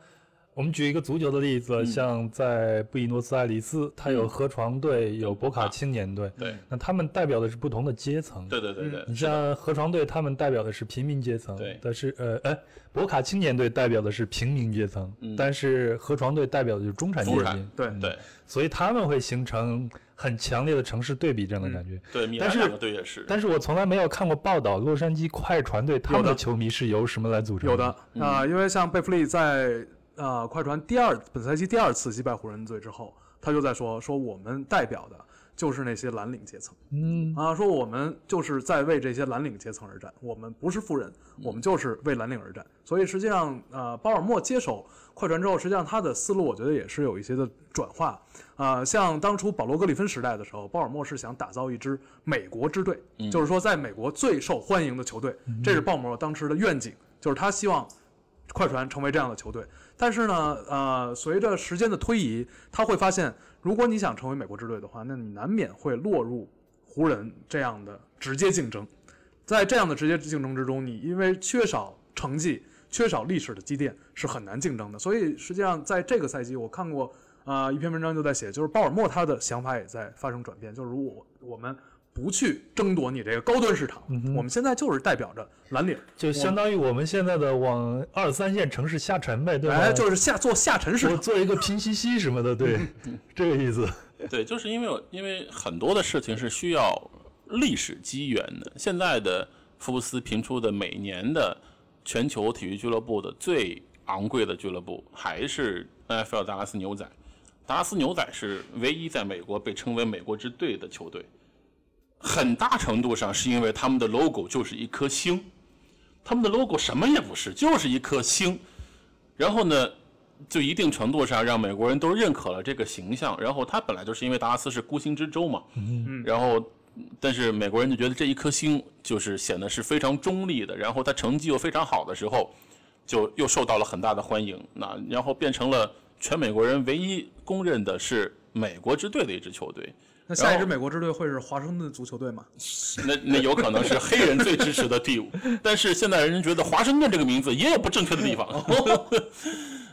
我们举一个足球的例
嗯
子，像在布宜诺斯艾利斯，它有河床队，有博卡青年队，
对，
那他们代表的是不同的阶层。
对对 对对，
嗯你像河床队，他们代表的是平民阶层，
对
但是呃，哎，博卡青年队代表的是平民阶层，但是河床队代表的就是中产阶
中产
级，
嗯对
嗯
对
所以他们会形成很强烈的城市对比这样的感觉。
嗯
对，米兰
但是
两个队也是，
但是我从来没有看过报道，洛杉矶快船队他们
有的
的球迷是由什么来组成？
有的啊、因为像贝弗利在呃快船第二本赛季第二次击败湖人队之后，他就在说说我们代表的就是那些蓝领阶层，嗯啊，说我们就是在为这些蓝领阶层而战，我们不是富人，我们就是为蓝领而战。所以实际上，呃，鲍尔默接手快船之后，实际上他的思路我觉得也是有一些的转化。啊，像当初保罗·格里芬时代的时候，鲍尔默是想打造一支美国支队，就是说在美国最受欢迎的球队，这是鲍尔默当时的愿景，就是他希望快船成为这样的球队。但是呢，呃，随着时间的推移，他会发现，如果你想成为美国支队的话，那你难免会落入湖人这样的直接竞争。在这样的直接竞争之中，你因为缺少成绩、缺少历史的积淀，是很难竞争的。所以实际上，在这个赛季，我看过啊、呃一篇文章就在写，就是鲍尔默他的想法也在发生转变，就是如果我们不去争夺你这个高端市场，我们现在就是代表着蓝领，
就相当于我们现在的往二三线城市下沉呗，对吧？
哎，就是下做下沉市
我
场。
做一个拼夕夕什么 的，对，这个意思。
对，就是因为有因为很多的事情是需要历史机缘的。现在的福布斯评出的每年的全球体育俱乐部的最昂贵的俱乐部，还是 NFL 达拉斯牛仔。达拉斯牛仔是唯一在美国被称为“美国之队”的球队，很大程度上是因为他们的 logo 就是一颗星，他们的 logo 什么也不是，就是一颗星。然后呢，就一定程度上让美国人都认可了这个形象。然后他本来就是因为达拉斯是孤星之州嘛，嗯，然后但是美国人就觉得这一颗星就是显得是非常中立的，然后他成绩又非常好的时候，就又受到了很大的欢迎。那然后变成了全美国人唯一公认的是美国之队的一支球队。
那下一支
然后
美国支队会是华盛顿足球队吗？
那那有可能是黑人最支持的队伍，但是现在人觉得华盛顿这个名字也有不正确的地方。
哦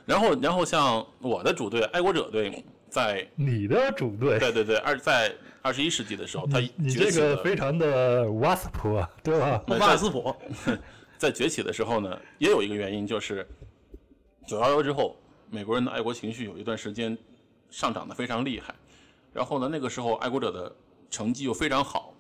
然后，然后像我的主队爱国者队，在
你的主队，
对对对二在二十一世纪的时候，他
嗯你
崛
这
起
个
了
非常的 wasp，啊 对吧？
博巴尔斯普，
在崛起的时候呢，也有一个原因就是九幺幺之后，美国人的爱国情绪有一段时间上涨的非常厉害。然后呢，那个时候爱国者的成绩又非常好，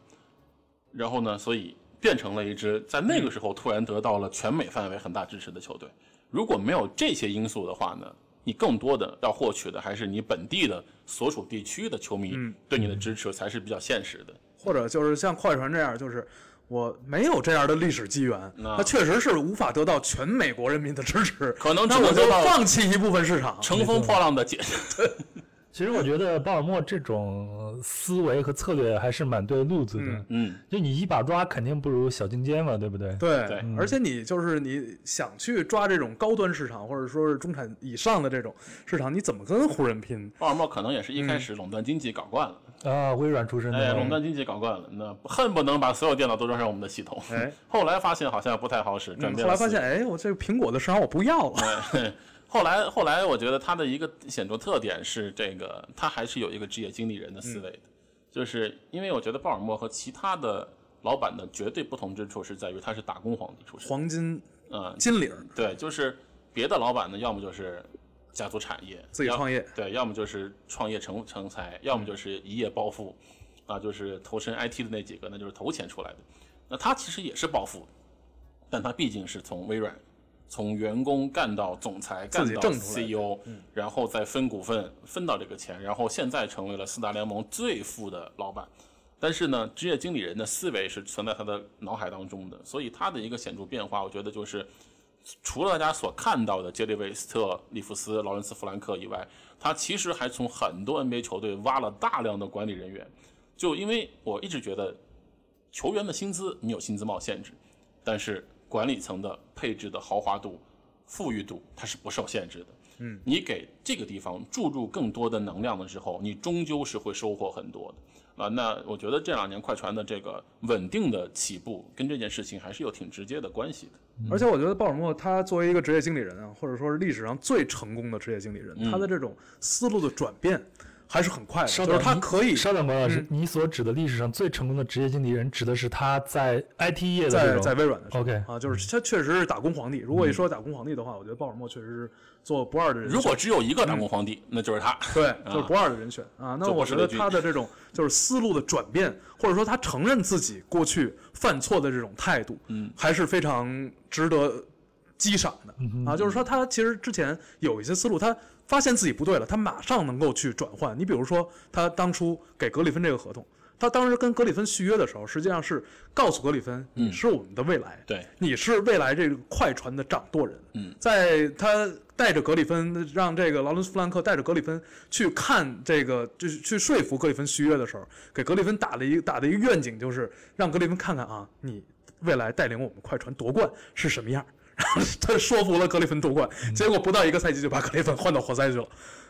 然后呢，所以变成了一支在那个时候突然得到了全美范围很大支持的球队。如果没有这些因素的话呢，你更多的要获取的还是你本地的所属地区的球迷对你的支持才是比较现实的。
或者就是像快船这样，就是我没有这样的历史机缘，那确实是无法得到全美国人民的支持，
啊可能只
那我
能
就
得到
放弃一部分市场。
乘风破浪的解释，
其实我觉得鲍尔默这种思维和策略还是蛮对路子的。
嗯，
就你一把抓，肯定不如小金尖嘛，对不对？
对，
对
而且你就是你想去抓这种高端市场，或者说是中产以上的这种市场，你怎么跟湖人拼？
鲍尔默可能也是一开始垄断经济搞惯了，
啊，微软出身的
哎，
嘛，
垄断经济搞惯了，那恨不能把所有电脑都装上我们的系统。
哎
后来发现好像不太好使，转
嗯
变
后
了
来
思
发
路。
现，哎，我这个苹果的市场我不要了。
哎后来后来，我觉得他的一个显著特点是这个，他还是有一个职业经理人的思维
嗯
的，就是因为我觉得鲍尔默和其他的老板的绝对不同之处是在于他是打工皇帝出身，
黄金
嗯，
金领儿，
对，就是别的老板呢，要么就是家族产业，
自己
要
创业
对，要么就是创业成成才，要么就是一夜暴富，啊，就是投身 IT 的那几个，那就是投钱出来的。那他其实也是暴富，但他毕竟是从微软，从员工干到总裁，干
自己
到
挣出来的嗯
CEO，、然后再分股份，分到这个钱，然后现在成为了四大联盟最富的老板。但是呢，职业经理人的思维是存在他的脑海当中的，所以他的一个显著变化，我觉得就是除了大家所看到的杰里韦斯特、利弗斯、劳伦斯·弗兰克以外，他其实还从很多 NBA 球队挖了大量的管理人员。就因为我一直觉得，球员的薪资你有薪资帽限制，但是管理层的配置的豪华度、富裕度，它是不受限制的。
嗯，
你给这个地方注入更多的能量的时候，你终究是会收获很多的啊。那我觉得这两年快船的这个稳定的起步，跟这件事情还是有挺直接的关系的。
嗯
而且我觉得鲍尔默他作为一个职业经理人啊，或者说是历史上最成功的职业经理人，
嗯
他的这种思路的转变还是很快的，
稍
就
等，
是他
你
可以
稍等，管老师
嗯，
你所指的历史上最成功的职业经理人，指的是他在 IT 业的
在
这
在
种
微软的时候
OK
啊，就是他确实是打工皇帝。如果一说打工皇帝的话，我觉得鲍尔默确实是做不二的人选。
如果只有一个打工皇帝，那就是他。
对，就是不二的人选啊。那
就不
我
是
觉得
那句
他的这种就是思路的转变，或者说他承认自己过去犯错的这种态度，
嗯，
还是非常值得激赏的啊。就是说他其实之前有一些思路，他发现自己不对了，他马上能够去转换。你比如说，他当初给格里芬这个合同。他当时跟格里芬续约的时候，实际上是告诉格里芬，你是我们的未来，
嗯对，
你是未来这个快船的掌舵人。
嗯，
在他带着格里芬，让这个劳伦斯·弗兰克带着格里芬去看这个，就是去说服格里芬续约的时候，给格里芬打了一打的一个愿景，就是让格里芬看看啊，你未来带领我们快船夺冠是什么样。 然后他说服了格里芬夺冠，结果不到一个赛季就把格里芬换到活塞去了。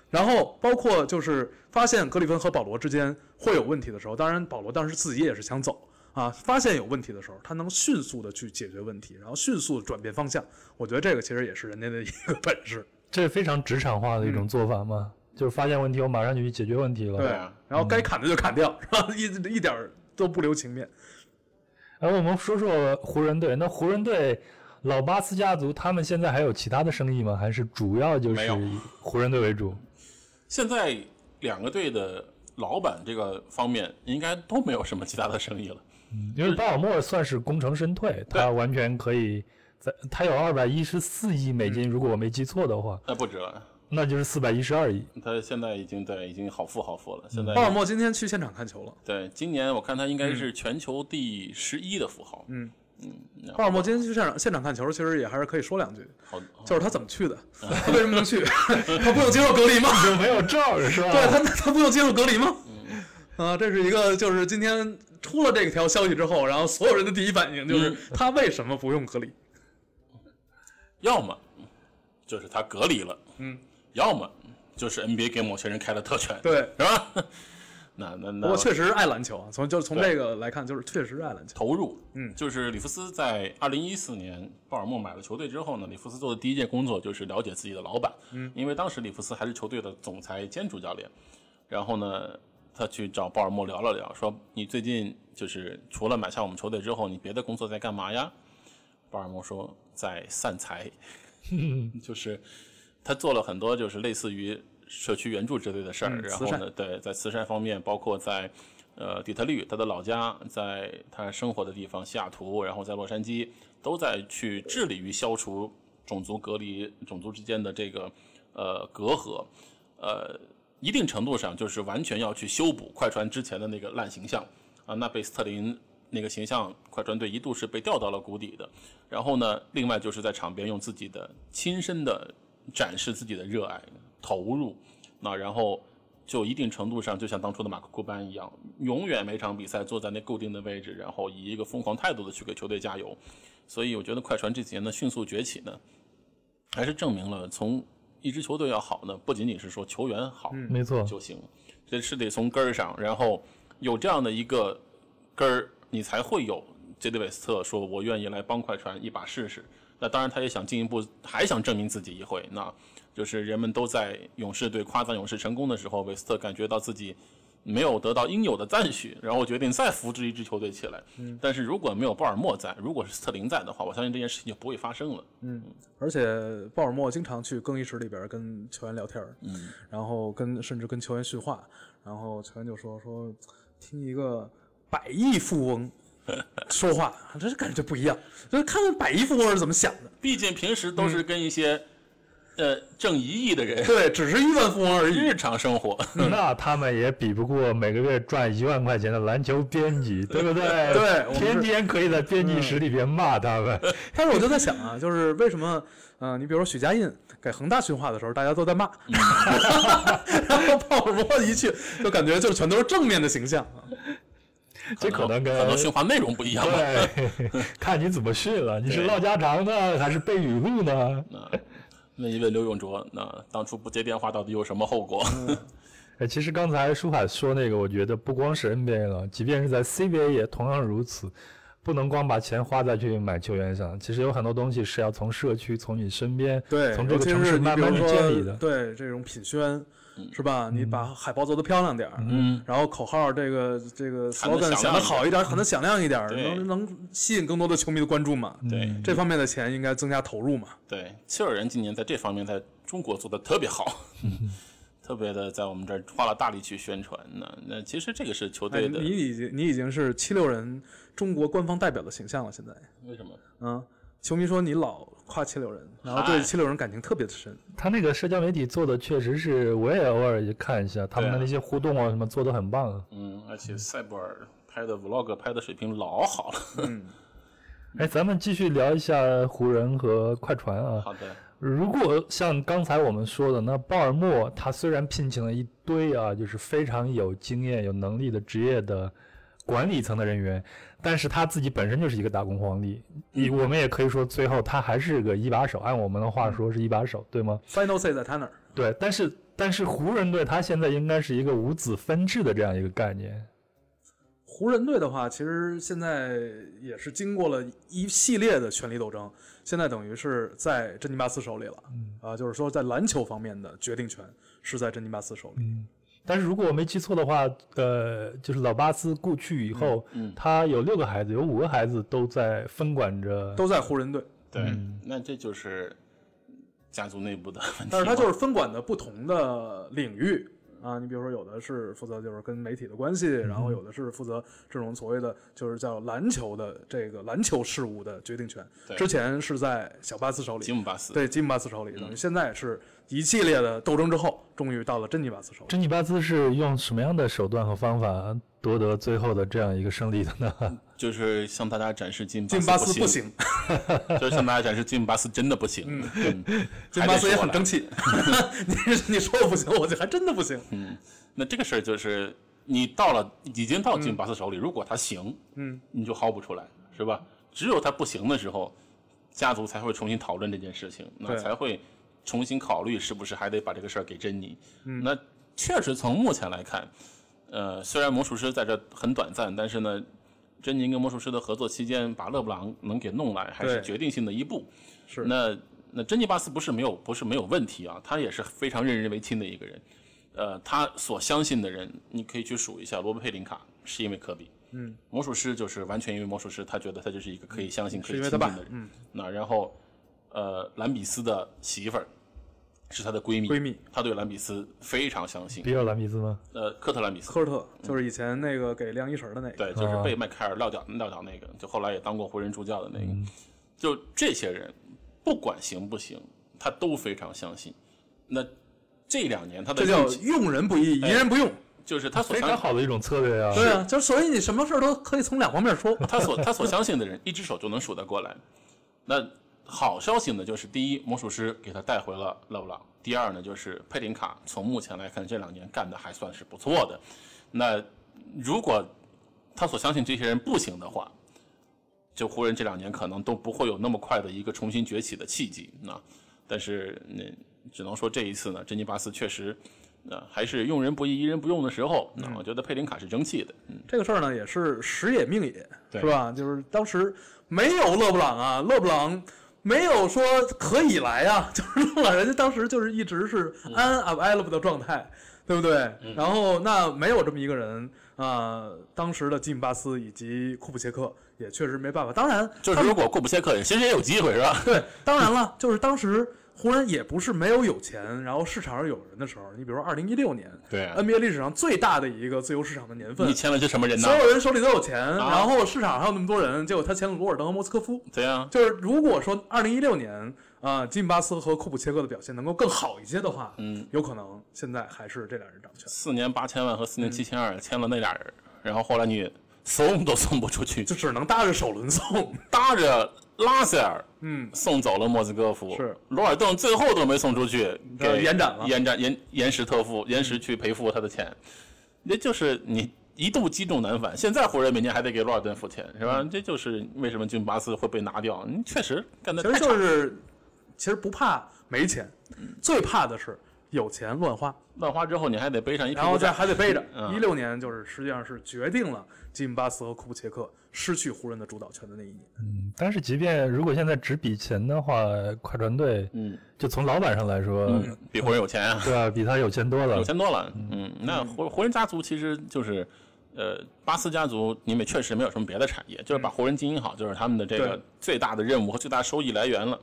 然后包括就是发现格里芬和保罗之间会有问题的时候，当然保罗当时自己也是想走啊，发现有问题的时候，他能迅速的去解决问题，然后迅速地转变方向。我觉得这个其实也是人家的一个本事。
这是非常职场化的一
嗯
种做法嘛，就是发现问题我马上就去解决问题了。
对
啊，
然后该砍的就砍掉，是吧？一一点儿都不留情面。
哎，我们说说湖人队，那湖人队老巴斯家族他们现在还有其他的生意吗？还是主要就是
没有
以湖人队为主？
现在两个队的老板这个方面应该都没有什么其他的生意了。
因为巴尔默算是功成身退，他完全可以在他有二百一十四亿美金，如果我没记错的话，
那不止了，
那就是四百一十二亿。
他现在已经在已经好富好富了。现在
鲍尔默今天去现场看球了。
对今年我看他应该是全球第十一的富豪。
嗯
嗯，然后
鲍尔默今天去现场现场看球，其实也还是可以说两句，
好
就是他怎么去的，
哦
他为什么能去？他不用接受隔离吗？
啊
就没有证儿是吧？
对他，他不用接受隔离吗？
嗯
啊，这是一个，就是今天出了这条消息之后，然后所有人的第一反应
嗯
就是他为什么不用隔离？
要么就是他隔离了，嗯，要么就是 NBA 给某些人开了特权，
对，
是吧？ 那那那
我确实爱篮球啊，从就是从
对
这个来看，就是确实爱篮球。
投入，
嗯
就是里弗斯在二零一四年鲍尔默买了球队之后呢，里弗斯做的第一件工作就是了解自己的老板，嗯，因为当时里弗斯还是球队的总裁兼主教练，然后呢，他去找鲍尔默聊了聊，说你最近就是除了买下我们球队之后，你别的工作在干嘛呀？鲍尔默说在 散财，
嗯
就是他做了很多就是类似于社区援助之类的事儿，
嗯
然
慈
后
善
呢，对，在慈善方面，包括在呃底特律，他的老家，在他生活的地方西雅图，然后在洛杉矶，都在去致力于消除种族隔离、种族之间的这个呃隔阂，呃，一定程度上就是完全要去修补快船之前的那个烂形象啊。那贝斯特林那个形象，快船队一度是被吊到了谷底的。然后呢，另外就是在场边用自己的亲身的展示自己的热爱、投入，那然后就一定程度上就像当初的马克库班一样，永远每场比赛坐在那固定的位置，然后以一个疯狂态度的去给球队加油。所以我觉得快船这几年的迅速崛起呢，还是证明了从一支球队要好呢，不仅仅是说球员好，
没错，
就行，这是得从根儿上，然后有这样的一个根儿，你才会有杰里韦斯特说我愿意来帮快船一把试试。那当然，他也想进一步，还想证明自己一回。那就是人们都在勇士队夸赞勇士成功的时候，韦斯特感觉到自己没有得到应有的赞许，然后决定再扶植一支球队起来。嗯、但是如果没有鲍尔默在，如果是斯特林在的话，我相信这件事情就不会发生了。
而且鲍尔默经常去更衣室里边跟球员聊天儿，
嗯，
然后跟甚至跟球员训话，然后球员就说说听一个百亿富翁说话， 这是感觉不一样，就是看看百亿富翁是怎么想的。
毕竟平时都是跟一些呃挣一亿的人，
对，只是亿万富翁而已。
日常生活，
那他们也比不过每个月赚一万块钱的篮球编辑，对不对？
对我们是
天天可以在编辑室里边骂他们。
但是我就在想啊，就是为什么，呃，你比如说许家印给恒大训话的时候，大家都在骂， 然后鲍尔默一去，就感觉就全都是正面的形象。
这可能跟
很多训话内容不一样吧。
对，看你怎么训了，你是
对
唠家常呢，还是背语录呢？
那一位刘永卓，那当初不接电话到底有什么后果？
哎，其实刚才舒海说那个，我觉得不光是 NBA 了，即便是在 CBA 也同样如此，不能光把钱花在去买球员上，其实有很多东西是要从社区、从你身边、
对，
从这
尤
个
其
城市
是你
慢
比如
慢去
说
建立的。嗯
对这种品宣，是吧？你把海报做得漂亮点儿，
嗯，
然后口号这个这个
喊得
slogan
响亮
想得好一点，喊得响亮一点，
对
能能吸引更多的球迷的关注嘛？
嗯
对
这方面的钱应该增加投入嘛？
对，切尔人今年在这方面在中国做的特别好，
嗯
特别的在我们这儿花了大力去宣传。那那其实这个是球
哎
队的，
你已经你已经是七六人中国官方代表的形象了，现在。
为什么？
嗯，球迷说你老夸七六人，然后对
嗨
七六人感情特别的深。
他那个社交媒体做的确实是，我也偶尔也看一下他们的
对啊
那些互动啊，什么做的很棒啊。
嗯，而且塞博尔拍的 vlog 拍的水平老好了。
嗯
哎，咱们继续聊一下湖人和快船啊。
好的，
如果像刚才我们说的，那鲍尔默他虽然聘请了一堆啊，就是非常有经验、有能力的职业的管理层的人员，但是他自己本身就是一个打工皇帝。你
嗯
我们也可以说，最后他还是个一把手，按我们的话说是一把手，对吗？
Final say 在他那儿，
对，但是但是湖人队他现在应该是一个五子分治的这样一个概念。
湖人队的话，其实现在也是经过了一系列的权力斗争，现在等于是在珍妮巴斯手里了。啊、就是说在篮球方面的决定权是在珍妮巴斯
嗯
手里。
但是如果我没记错的话，呃，就是老巴斯故去以后，
嗯嗯
他有六个孩子，有五个孩子都在分管着。
都在湖人队，
对，那这就是家族内部的
嗯
问题。
但是他就是分管的不同的领域啊。你比如说，有的是负责就是跟媒体的关系，然后有的是负责这种所谓的就是叫篮球的这个篮球事务的决定权。
对
之前是在小巴斯手里，
吉姆巴斯。
对吉姆巴斯手里，等于现在是一系列的斗争之后，终于到了珍妮巴斯手里。
珍妮巴兹是用什么样的手段和方法夺得最后的这样一个胜利的呢？
就是向大家展示金
金巴
巴
斯
不
不，行，
就是向大家展示金巴斯真的不行。嗯，
金巴斯也
还
很
得说了
争气。你你说我不行，我就还真的不行。
那这个事儿就是你到了，已经到进巴斯手里，如果他行，
嗯，
你就薅不出来，是吧？只有他不行的时候，家族才会重新讨论这件事情，那
对
才会重新考虑是不是还得把这个事儿给珍妮。嗯，那确实从目前来看，呃，虽然魔术师在这很短暂，但是呢。珍妮跟魔术师的合作期间，把勒布朗能给弄来，还是
对
决定性的一步。
是
那那珍妮巴斯不是没有不是没有问题啊，他也是非常任人唯亲的一个人。呃，他所相信的人，你可以去数一下，罗伯·佩林卡是因为科比，嗯，魔术师就是完全因为魔术师，他觉得他就是一个可以相信、可
是
以
因
亲
为
近
他
的
爸嗯
人。那然后，呃，兰比斯的媳妇儿是他的闺蜜，
闺蜜，
他对兰比斯非常相信。
比尔·兰比兹吗？
呃，科特兰比斯，
科尔特就是以前那个给晾衣绳的那个，
对，就是被迈凯尔撂掉撂倒那个，就后来也当过湖人助教的那个，就这些人，不管行不行，他都非常相信。那这两年他的
这叫
运气
用人不疑，疑人不用。
就是他所
非常
相
好的一种策略啊！
对啊，就所以你什么事儿都可以从两方面说。
他所他所相信的人，一只手就能数得过来。那好消息呢，就是第一，魔术师给他带回了勒布朗；第二呢，就是佩林卡从目前来看，这两年干的还算是不错的。那如果他所相信这些人不行的话，就湖人这两年可能都不会有那么快的一个重新崛起的契机。那但是那只能说这一次呢，珍妮巴斯确实。呃，还是用人不疑，疑人不用的时候，那我觉得佩林卡是争气的。嗯，
这个事儿呢，也是时也命也，
对
是吧？就是当时没有勒布朗啊，勒布朗没有说可以来啊， 就是勒布朗人家当时就是一直是
嗯
unavailable 的状态，对不对？然后那没有这么一个人啊、当时的吉姆巴斯以及库普切克也确实没办法。当 然，
就是如果库布切克也其实也有机会，是吧？
对，当然了，就是当时湖人也不是没有有钱，然后市场上有人的时候，你比如说二零一六年，
对啊
NBA 历史上最大的一个自由市场的年份
你，签了些什么人呢啊
所？有人手里都有钱，然后市场上有那么多人，结果他签了罗尔登和莫斯科夫。
对呀、
就是如果说二零一六年啊、吉姆巴斯和库普切克的表现能够更好一些的话，
嗯，
有可能现在还是这俩人掌权。
四年八千万和
嗯
四年七千二签了那俩人，然后后来你送都送不出去，
就只能搭着首轮送，
搭着拉塞尔
嗯，
送走了莫斯科夫，
是
罗尔顿最后都没送出去，
呃
给
延展了
延展延延时特付，延时去赔付他的钱，那就是你一度积重难返。现在湖人每年还得给罗尔顿付钱，是
嗯
吧？这就是为什么津巴斯会被拿掉，你确实干的
其实就是其实不怕没钱，
嗯
最怕的是有钱乱花，
乱花之后，你还得背上一屁
然后
股
再
债。
还得背着。
嗯
一六年就是实际上是决定了吉姆巴斯和库布切克失去湖人的主导权的那一年。
嗯但是即便如果现在只比钱的话，快船队
嗯
就从老板上来说，
嗯，比湖人有钱啊，
对啊，比他有钱多了
有。钱多了。嗯，那湖湖人家族其实就是。呃，巴斯家族因为确实没有什么别的产业，就是把湖人经营好，就是他们的这个
嗯对
最大的任务和最大收益来源了。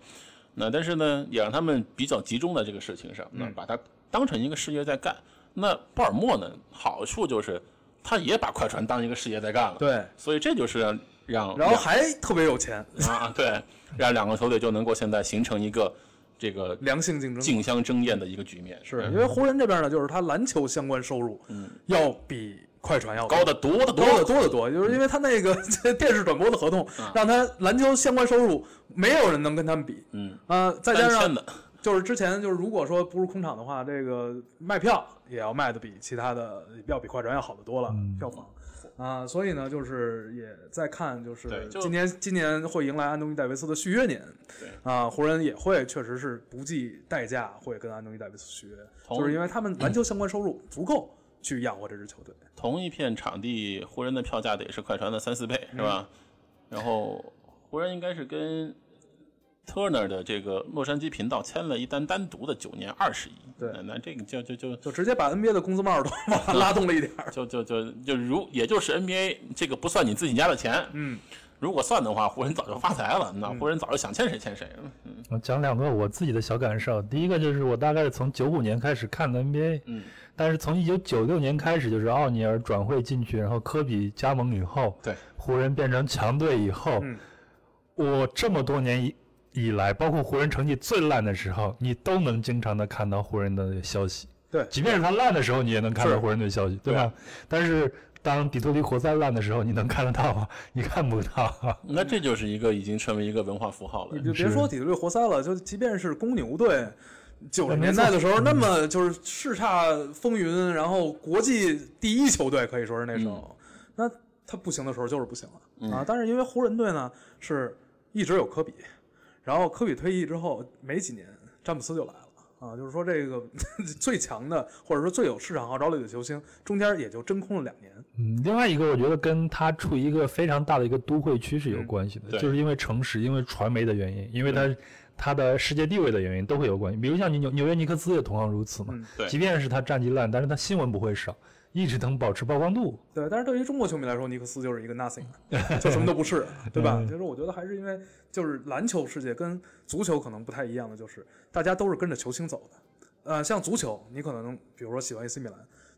那但是呢，也让他们比较集中在这个事情上，那
嗯
把它当成一个事业在干。那鲍尔默呢，好处就是他也把快船当一个事业在干了，
对，
所以这就是让让
然后还特别有钱，
两啊对，让两个球队就能够现在形成一个这个
良性竞争。
竞相争艳的一个局面，
是
嗯
因为湖人这边呢，就是他篮球相关收入，要比快船要
高的多的
多得多得多，就是因为他那个 电视转播的合同，让他篮球相关收入没有人能跟他们比。
嗯，
呃，再加
单签
上
的，
就是之前就是如果说不是空场的话，这个卖票也要卖的比其他的要比快船要好得多了，票房。啊、所以呢，就是也在看，就是
对就
今年今年会迎来安东尼戴维斯的续约年，啊、湖人也会确实是不计代价会跟安东尼戴维斯续约，
同
就是因为他们篮球相关收入足够去养活这支球队。
同一片场地，湖人的票价得是快船的三四倍，
嗯
是吧？然后湖人应该是跟 Turner 的这个洛杉矶频道签了一单单独的九年二十亿，
对
那那这个就就就
就直接把 NBA 的工资帽都 往上拉动了一点儿。
就就就就如也就是 NBA 这个不算你自己家的钱，
嗯，
如果算的话，湖人早就发财了，那湖人早就想签谁签谁了，
嗯
我讲两个我自己的小感受。第一个就是我大概从九五年开始看的 NBA，
嗯，
但是从一九九六年开始，就是奥尼尔转会进去，然后科比加盟以后，
对，
湖人变成强队以后，
嗯
我这么多年以以来，包括湖人成绩最烂的时候，你都能经常的看到湖人的消息。
对
即便是他烂的时候，你也能看
是
到湖人队消息，对吧？但是当底特律活塞烂的时候，你能看得到吗？你看不到。啊
那这就是一个已经成为一个文化符号了
你。就别说底特律活塞了，就即便是公牛队，九十
没
年代
错
的时候，那么就是叱咤风云，然后国际第一球队可以说是那时候，那他不行的时候就是不行了、啊。但是因为湖人队呢是一直有科比，然后科比退役之后没几年，詹姆斯就来了。啊，就是说这个 最强的，或者说最有市场号召力的球星，中间也就真空了两年。
嗯，另外一个我觉得跟它处于一个非常大的一个都会区是有关系
嗯
的，
对
就是因为城市、因为传媒的原因，因为它它的世界地位的原因都会有关系。比如像你纽纽约尼克斯也同样如此嘛，
嗯
对
即便是它战绩烂，但是它新闻不会少，一直能保持曝光度。
对，但是对于中国球迷来说，尼克斯就是一个 nothing，就什么都不是，对吧？
嗯
就是我觉得还是因为就是篮球世界跟足球可能不太一样的，就是大家都是跟着球星走的。呃，像足球，你可能比如说喜欢 AC 米兰，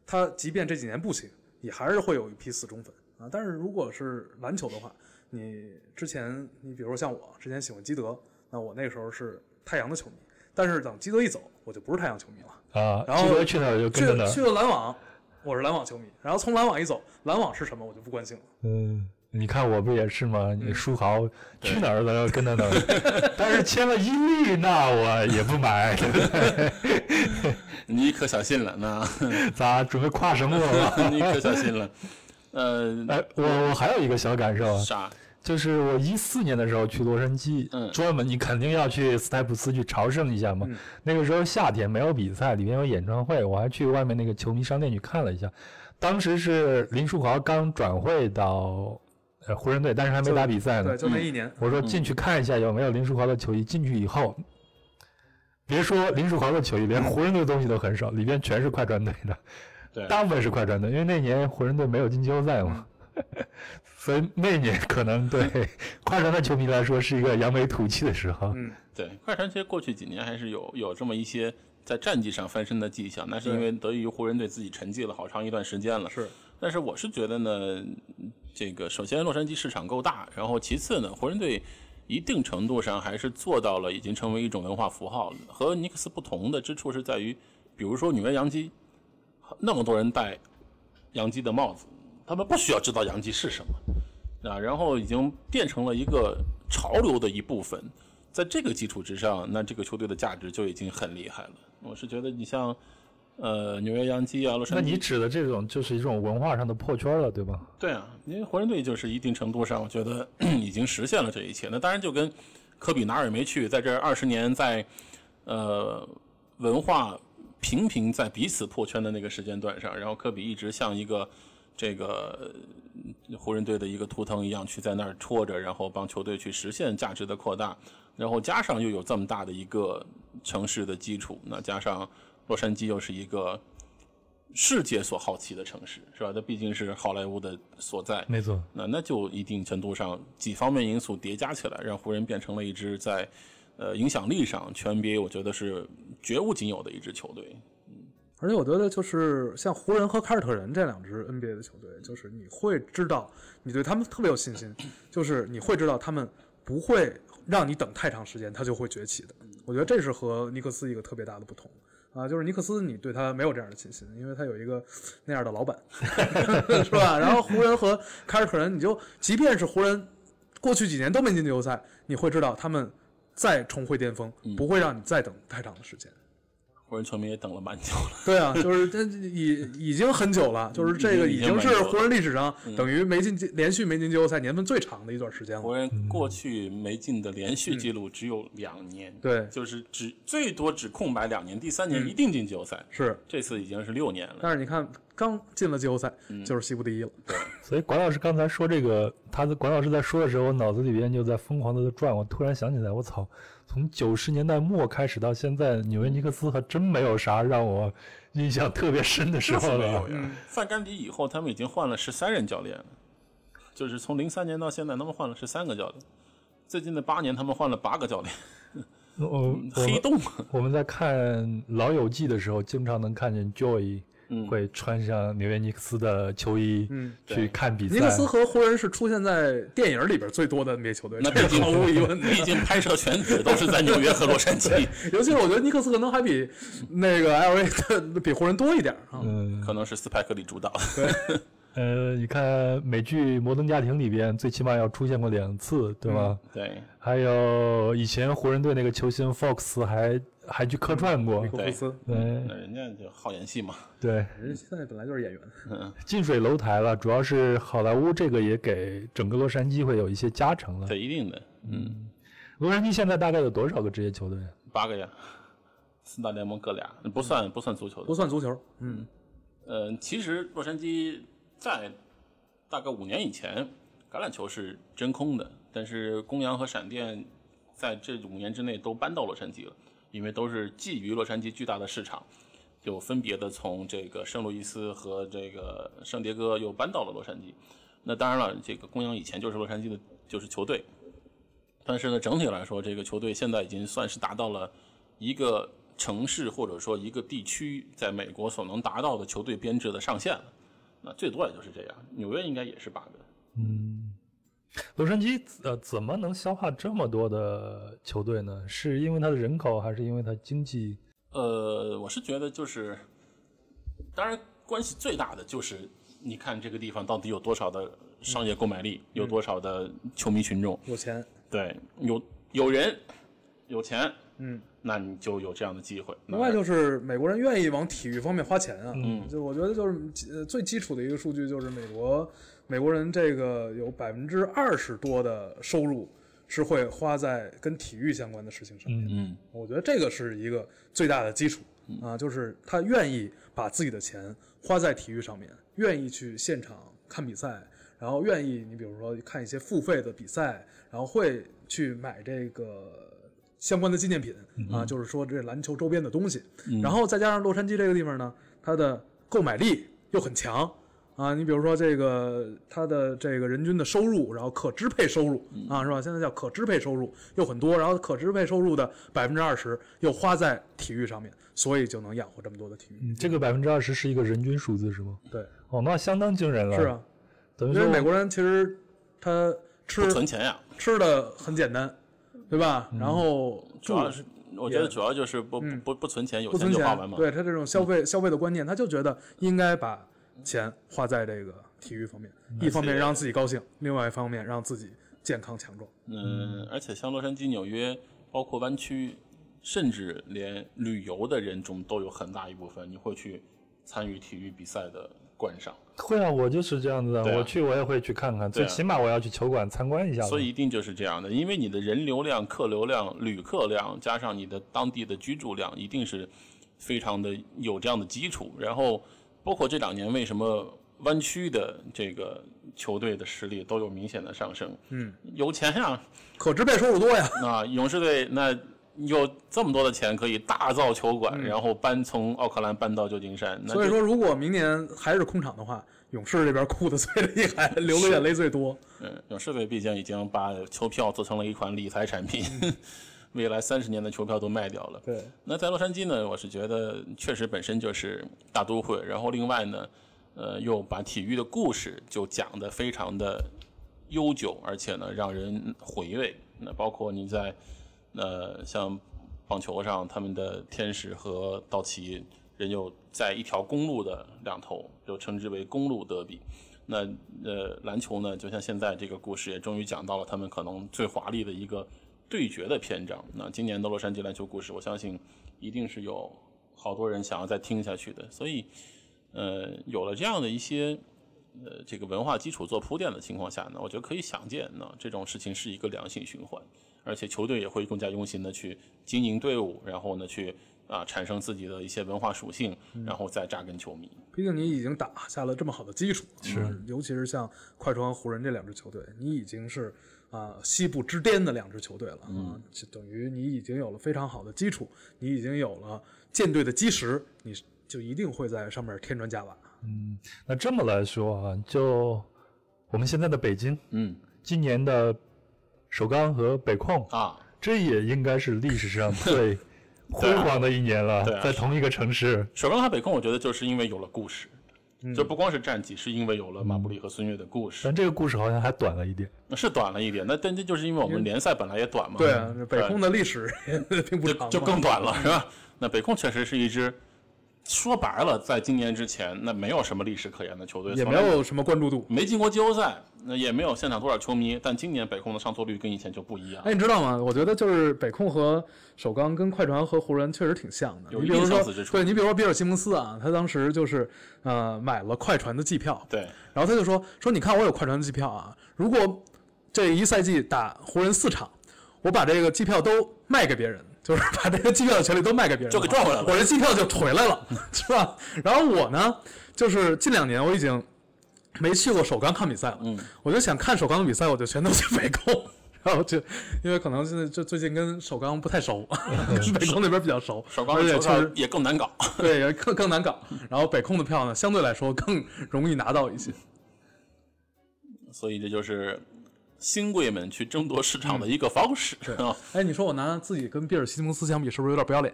他即便这几年不行，也还是会有一批死忠粉啊。但是如果是篮球的话，你之前你比如说像我之前喜欢基德，那我那时候是太阳的球迷，但是等基德一走，我就不是太阳球迷了。
啊，
然后
基德去哪儿就
去
跟着哪儿。
去了篮网，我是篮网球迷，然后从篮网一走，篮网是什么我就不关心了。
嗯，你看我不也是吗？
嗯
你书豪去哪儿咱就跟着哪儿， 但是签了伊利，那我也不买， 对不
你可小心了， 那
对？咋准备跨什么了？
你可小心了。呃，
哎，我我还有一个小感受啊，
啥？
就是我一四年的时候去洛杉矶，
嗯
专门你肯定要去斯台普斯去朝圣一下嘛。
嗯
那个时候夏天没有比赛，里面有演唱会，我还去外面那个球迷商店去看了一下。当时是林书豪刚转会到呃湖人队，但是还没打比赛呢
对，。就那一年，
我说进去看一下有没有林书豪的球衣。进去以后，别说林书豪的球衣，连湖人队的东西都很少，里边全是快船队的，
对
大部分是快船队，因为那年湖人队没有进季后赛嘛， 所以那年可能对快船的球迷来说是一个扬眉吐气的时候。
嗯，
对，快船其实过去几年还是有有这么一些在战绩上翻身的迹象，那是因为得益于湖人队自己沉寂了好长一段时间了。
是，
但是我是觉得呢，这个首先洛杉矶市场够大，然后其次呢，湖人队一定程度上还是做到了已经成为一种文化符号了。和尼克斯不同的之处是在于，比如说纽约洋基，那么多人戴洋基的帽子，他们不需要知道洋基是什么啊，然后已经变成了一个潮流的一部分。在这个基础之上，那这个球队的价值就已经很厉害了。我是觉得你像呃纽约洋基啊，洛杉
那
矶，
你指的这种就是一种文化上的破圈了，对吧？
对啊，因为湖人队就是一定程度上，我觉得已经实现了这一切。那当然就跟科比哪儿也没去，在这二十年在呃文化频频在彼此破圈的那个时间段上，然后科比一直像一个这个呃湖人队的一个图腾一样去在那儿戳着，然后帮球队去实现价值的扩大，然后加上又有这么大的一个城市的基础，那加上洛杉矶又是一个世界所好奇的城市，是吧？它毕竟是好莱坞的所在，
没错，
那那就一定程度上几方面因素叠加起来，让湖人变成了一支在呃影响力上全 NBA 我觉得是绝无仅有的一支球队。
而且我觉得，就是像湖人和凯尔特人这两支 NBA 的球队，就是你会知道，你对他们特别有信心，就是你会知道他们不会让你等太长时间，他就会崛起的。我觉得这是和尼克斯一个特别大的不同啊，就是尼克斯你对他没有这样的信心，因为他有一个那样的老板， 是吧？然后湖人和凯尔特人，你就即便是湖人过去几年都没进季后赛，你会知道他们再重回巅峰，不会让你再等太长的时间。
湖人球迷也等了蛮久了，
对 啊，就是这已已经很久了，就是这个
已
已
经
经
蛮
是
久了嗯
湖人历史上等于没进季连续没进季后赛年份最长的一段时间
湖
了。
人
嗯
过去没进的连续记录只有两年，
对
就是只最多只空白两年，第三
嗯
年一定进季后赛，
是，
这次已经是六年了。
但是你看，刚进了季后赛
嗯
就是西部第一了。
所以管老师刚才说这个，他的管老师在说的时候，我脑子里边就在疯狂的转。我突然想起来，我操，从九十年代末开始到现在，纽约尼克斯还真没有啥让我印象特别深的时候
没
了嗯
有。呀，范甘迪以后他们已经换了十三任教练了，就是从零三年到现在，他们换了十三个教练，最近的八年他们换了八个教练，
我我们
黑洞。啊
我们在看《老友记》的时候，经常能看见 Joy
嗯
会穿上纽约尼克斯的球衣
嗯
去看比赛。
尼克斯和湖人是出现在电影里边最多的 NBA 球队，
那
这是
毕竟
毫无疑问的。
毕竟拍摄全职都是在纽约和洛杉矶，
尤其是我觉得尼克斯可能还比那个 LA 的比湖人多一点啊。
嗯
可能是斯派克里主导。
呃，你看美剧《摩登家庭》里边，最起码要出现过两次，对吧？
嗯
对，
还有以前湖人队那个球星 Fox 还还去客串过，
库夫斯，
对
那人家就好演戏嘛。
对，
人家现在本来就是演员，
近水楼台了，主要是好莱坞这个也给整个洛杉矶会有一些加成了。
对，一定的，嗯，
洛杉矶现在大概有多少个职业球队？
八个呀，四大联盟各俩，不算不算足球
不
的。
算足球。嗯，
呃，其实洛杉矶在大概五年以前，橄榄球是真空的，但是公羊和闪电在这五年之内都搬到洛杉矶了，因为都是觊觎洛杉矶巨大的市场，就分别的从这个圣路易斯和这个圣迭戈又搬到了洛杉矶。那当然了，这个公羊以前就是洛杉矶的，就是球队，但是呢，整体来说，这个球队现在已经算是达到了一个城市或者说一个地区在美国所能达到的球队编制的上限了。那最多也就是这样，纽约应该也是八个。
嗯洛杉矶呃怎么能消化这么多的球队呢？是因为它的人口，还是因为它经济？
呃，我是觉得就是，当然关系最大的就是你看这个地方到底有多少的商业购买力，有多少的球迷群众，
有钱。
对，有有人有钱，
嗯，
那你就有这样的机会。
另外就是美国人愿意往体育方面花钱啊，
嗯
就我觉得就是呃最基础的一个数据就是美国美国人这个有百分之二十多的收入是会花在跟体育相关的事情上面，
嗯，
我觉得这个是一个最大的基础啊，就是他愿意把自己的钱花在体育上面，愿意去现场看比赛，然后愿意你比如说看一些付费的比赛，然后会去买这个相关的纪念品
嗯
啊，就是说这篮球周边的东西，然后再加上洛杉矶这个地方呢，它的购买力又很强。啊，你比如说这个它的这个人均的收入，然后可支配收入
嗯
啊，是吧？现在叫可支配收入又很多，然后可支配收入的百分之二十又花在体育上面，所以就能养活这么多的体育。
嗯这个百分之二十是一个人均数字是吗？
对，
哦，那相当惊人了。
是，啊，
等于
啊因
说
为美国人其实他
不
吃
存钱呀，
吃的很简单，对吧？然后
嗯主
住
要是我觉得主要就是不不
嗯
不不存钱，有
不
钱
存
就花
钱
完，嘛。
对他这种消费消费的观念，他就觉得应该把钱花在这个体育方面，
嗯
一方面让自己高兴，另外一方面让自己健康强壮。
嗯，而且像洛杉矶、纽约，包括湾区，甚至连旅游的人中都有很大一部分你会去参与体育比赛的观赏，
会啊，我就是这样子的，
对啊
我去我也会去看看，
对
最
啊
起码我要去球馆参观一下嘛。
所以一定就是这样的，因为你的人流量、客流量、旅客量，加上你的当地的居住量，一定是非常的有这样的基础。然后，包括这两年为什么湾区的这个球队的实力都有明显的上升，
嗯，
有钱啊呀、
可支配收入多呀，
那勇士队那有这么多的钱可以大造球馆，然后搬从奥克兰搬到旧金山，那
嗯所以
就
说如果明年还是空场的话，勇士这边哭的最厉害，流的眼泪最多。
嗯，勇士队毕竟已经把球票做成了一款理财产品， 未来三十年的球票都卖掉了。
对，
那在洛杉矶呢，我是觉得确实本身就是大都会，然后另外呢，呃，又把体育的故事就讲得非常的悠久，而且呢让人回味。那包括你在呃像棒球上，他们的天使和道奇人有在一条公路的两头，就称之为公路德比。那呃，篮球呢，就像现在这个故事也终于讲到了他们可能最华丽的一个对决的篇章。那今年的洛杉矶篮球故事，我相信一定是有好多人想要再听下去的。所以，呃，有了这样的一些呃这个文化基础做铺垫的情况下呢，我觉得可以想见呢，这种事情是一个良性循环，而且球队也会更加用心的去经营队伍，然后呢去啊、产生自己的一些文化属性，然后再扎根球迷。
毕竟你已经打下了这么好的基础，
是
嗯尤其是像快船、湖人这两支球队，你已经是啊、西部之巅的两支球队了
嗯
啊，就等于你已经有了非常好的基础，你已经有了舰队的基石，你就一定会在上面添砖加瓦。啊
嗯那这么来说啊，就我们现在的北京，
嗯
今年的首钢和北控，
啊，
这也应该是历史上 最辉煌的一年了，
对啊
在同一个城市。
首钢和北控，我觉得就是因为有了故事。
嗯
就不光是战绩，是因为有了马布里和孙悦的故事
但。这个故事好像还短了一点，
是短了一点，那但这就是因为我们联赛本来也短嘛，
对啊，这北
对
控的历史也并不
就
长，啊
就更。短了，是吧？那北控确实是一支，说白了，在今年之前，那没有什么历史可言的球队，
也
从
没
来
有什么关注度。
没进过季后赛，那也没有现场多少球迷，但今年北控的上座率跟以前就不一样
哎，，你知道吗？我觉得就是北控和首钢跟快船和湖人确实挺像的。
有
你
一
比如
定
说
相似之，处
对你比如说比尔·西蒙斯啊，他当时就是呃买了快船的季票，
对，
然后他就说说你看我有快船的机票啊，如果这一赛季打湖人四场，我把这个机票都卖给别人，就是把这个机票的权利都卖给别人，
就给赚回来了
我这机票就回来了， 是吧？然后我呢，就是近两年我已经没去过首钢看比赛了，
嗯，
我就想看首钢的比赛，我就全都去北控。 然后就，因为可能现在就最近跟首钢不太熟， 跟北控那边比较熟，
首钢
而
的
且
球
确
场
实
也更难搞。
对更更难搞。然后北控的票呢，相对来说更容易拿到一些。
所以这就是新贵们去争夺市
嗯
场的一个方式 啊！
哎，你说我拿自己跟比尔·西蒙斯相比，是不是有点不要脸？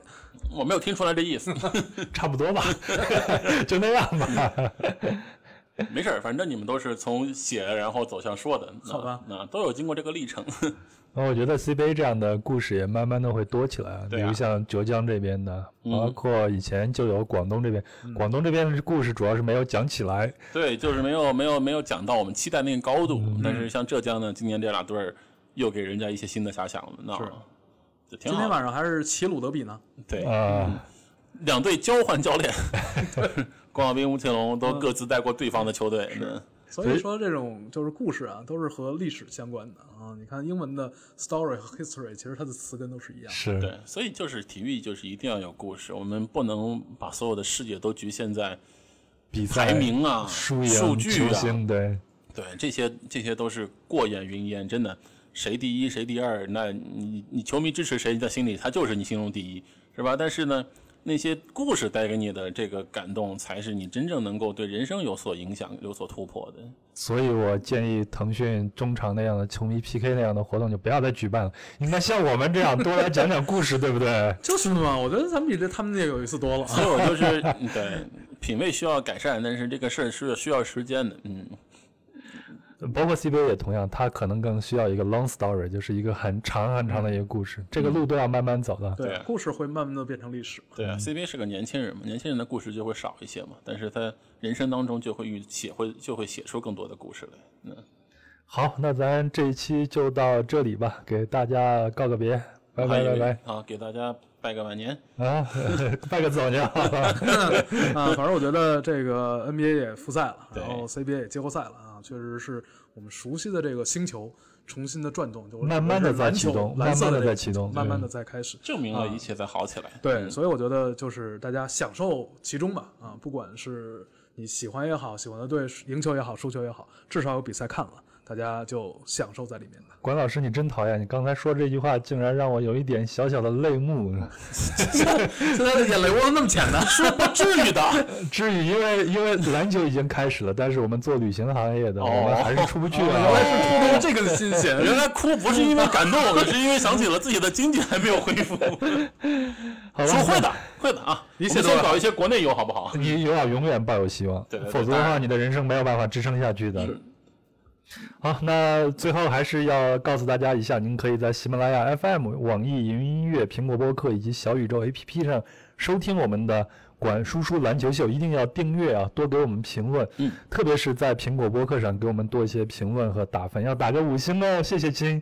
我没有听出来这意思，
差不多吧， 就那样吧。
没事儿，反正你们都是从写然后走向说的，那
好吧
那都有经过这个历程。
那我觉得 CBA 这样的故事也慢慢的会多起来，啊、比
对啊嗯
如像浙江这边的，包括以前就有广东这边，广东这边的故事主要是没有讲起来，
对，就是没有没有没有讲到我们期待那个高度。但是像浙江呢，今年这俩队儿又给人家一些新的遐想了，那就挺
今
好。
天晚上还是齐鲁德比呢，
对、
啊、
两队交换教练， 关晓斌、吴奇隆都各自带过对方的球队。嗯
所以说这种就是故事啊，都是和历史相关的啊。你看英文的 story 和 history，其实它的词根都是一样的。
是，
对，所以就是体育，就是一定要有故事，我们不能把所有的世界都局限在
比赛
排名啊、
输
数
赢、
据
球
啊，
星，对，
对，这些这些都是过眼云烟，真的，谁第一谁第二，那你你球迷支持谁，在心里他就是你心中第一，是吧？但是呢，那些故事带给你的这个感动，才是你真正能够对人生有所影响、有所突破的。
所以我建议腾讯中场那样的球迷 PK 那样的活动就不要再举办了，应该像我们这样多来讲讲故事，对不对？
就是嘛，我觉得咱们比这他们那个有意思多了。啊
所以我就是 对品味需要改善，但是这个事儿是需要时间的。嗯，
包括 CBA 也同样，它可能更需要一个 long story，就是一个很长很长的一个故事，
嗯
这个路都要慢慢走的。
对啊
故事会慢慢的变成历史。
对啊，CBA 是个年轻人嘛，年轻人的故事就会少一些嘛，但是他人生当中就会遇写会就会写出更多的故事来。嗯，
好，那咱这一期就到这里吧，给大家告个别，拜
还
拜
有
拜
一
拜
好，给大家拜个晚年。
啊， 拜个早年 好吧。
啊，反正我觉得这个 NBA 也复赛了，
对
然后 CBA 也季后赛了啊，确实是我们熟悉的这个星球重新的转动，就是
慢慢地
是篮
在启
球
动
蓝色
慢慢地
这个
在启
星球
动
慢慢
对
的在开始。
证明了
啊
一切在好起来。
对，
嗯
所以我觉得就是大家享受其中吧，啊，不管是你喜欢也好，喜欢的队赢球也好，输球也好，至少有比赛看了，大家就享受在里面吧。
管老师，你真讨厌！你刚才说这句话，竟然让我有一点小小的泪目。
现在的眼泪窝那么浅 呢？
至于的，
至于因为因为篮球已经开始了，但是我们做旅行行业的，我们还是出不去啊。
哦原来是初中这个心情，
原来哭不是因为感动， 是因为想起了自己的经济还没有恢 复。
好吧
说会的，会的啊！
一切
我们
都
先
好
搞一些国内游好不好？
你永远永远抱有希望
对对，对
否则的
当
话，
然嗯
你的人生没有办法支撑下去的。好，那最后还是要告诉大家一下，您可以在喜马拉雅 FM、网易云音乐、苹果播客以及小宇宙 APP 上收听我们的《管叔叔篮球秀》，一定要订阅啊，多给我们评论，
嗯，
特别是在苹果播客上给我们多一些评论和打分，要打个五星哦， 谢谢亲。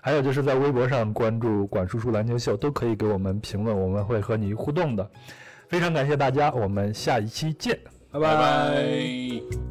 还有就是在微博上关注“管叔叔篮球秀”，都可以给我们评论，我们会和你互动的。非常感谢大家，我们下一期见。
拜
拜
拜
拜。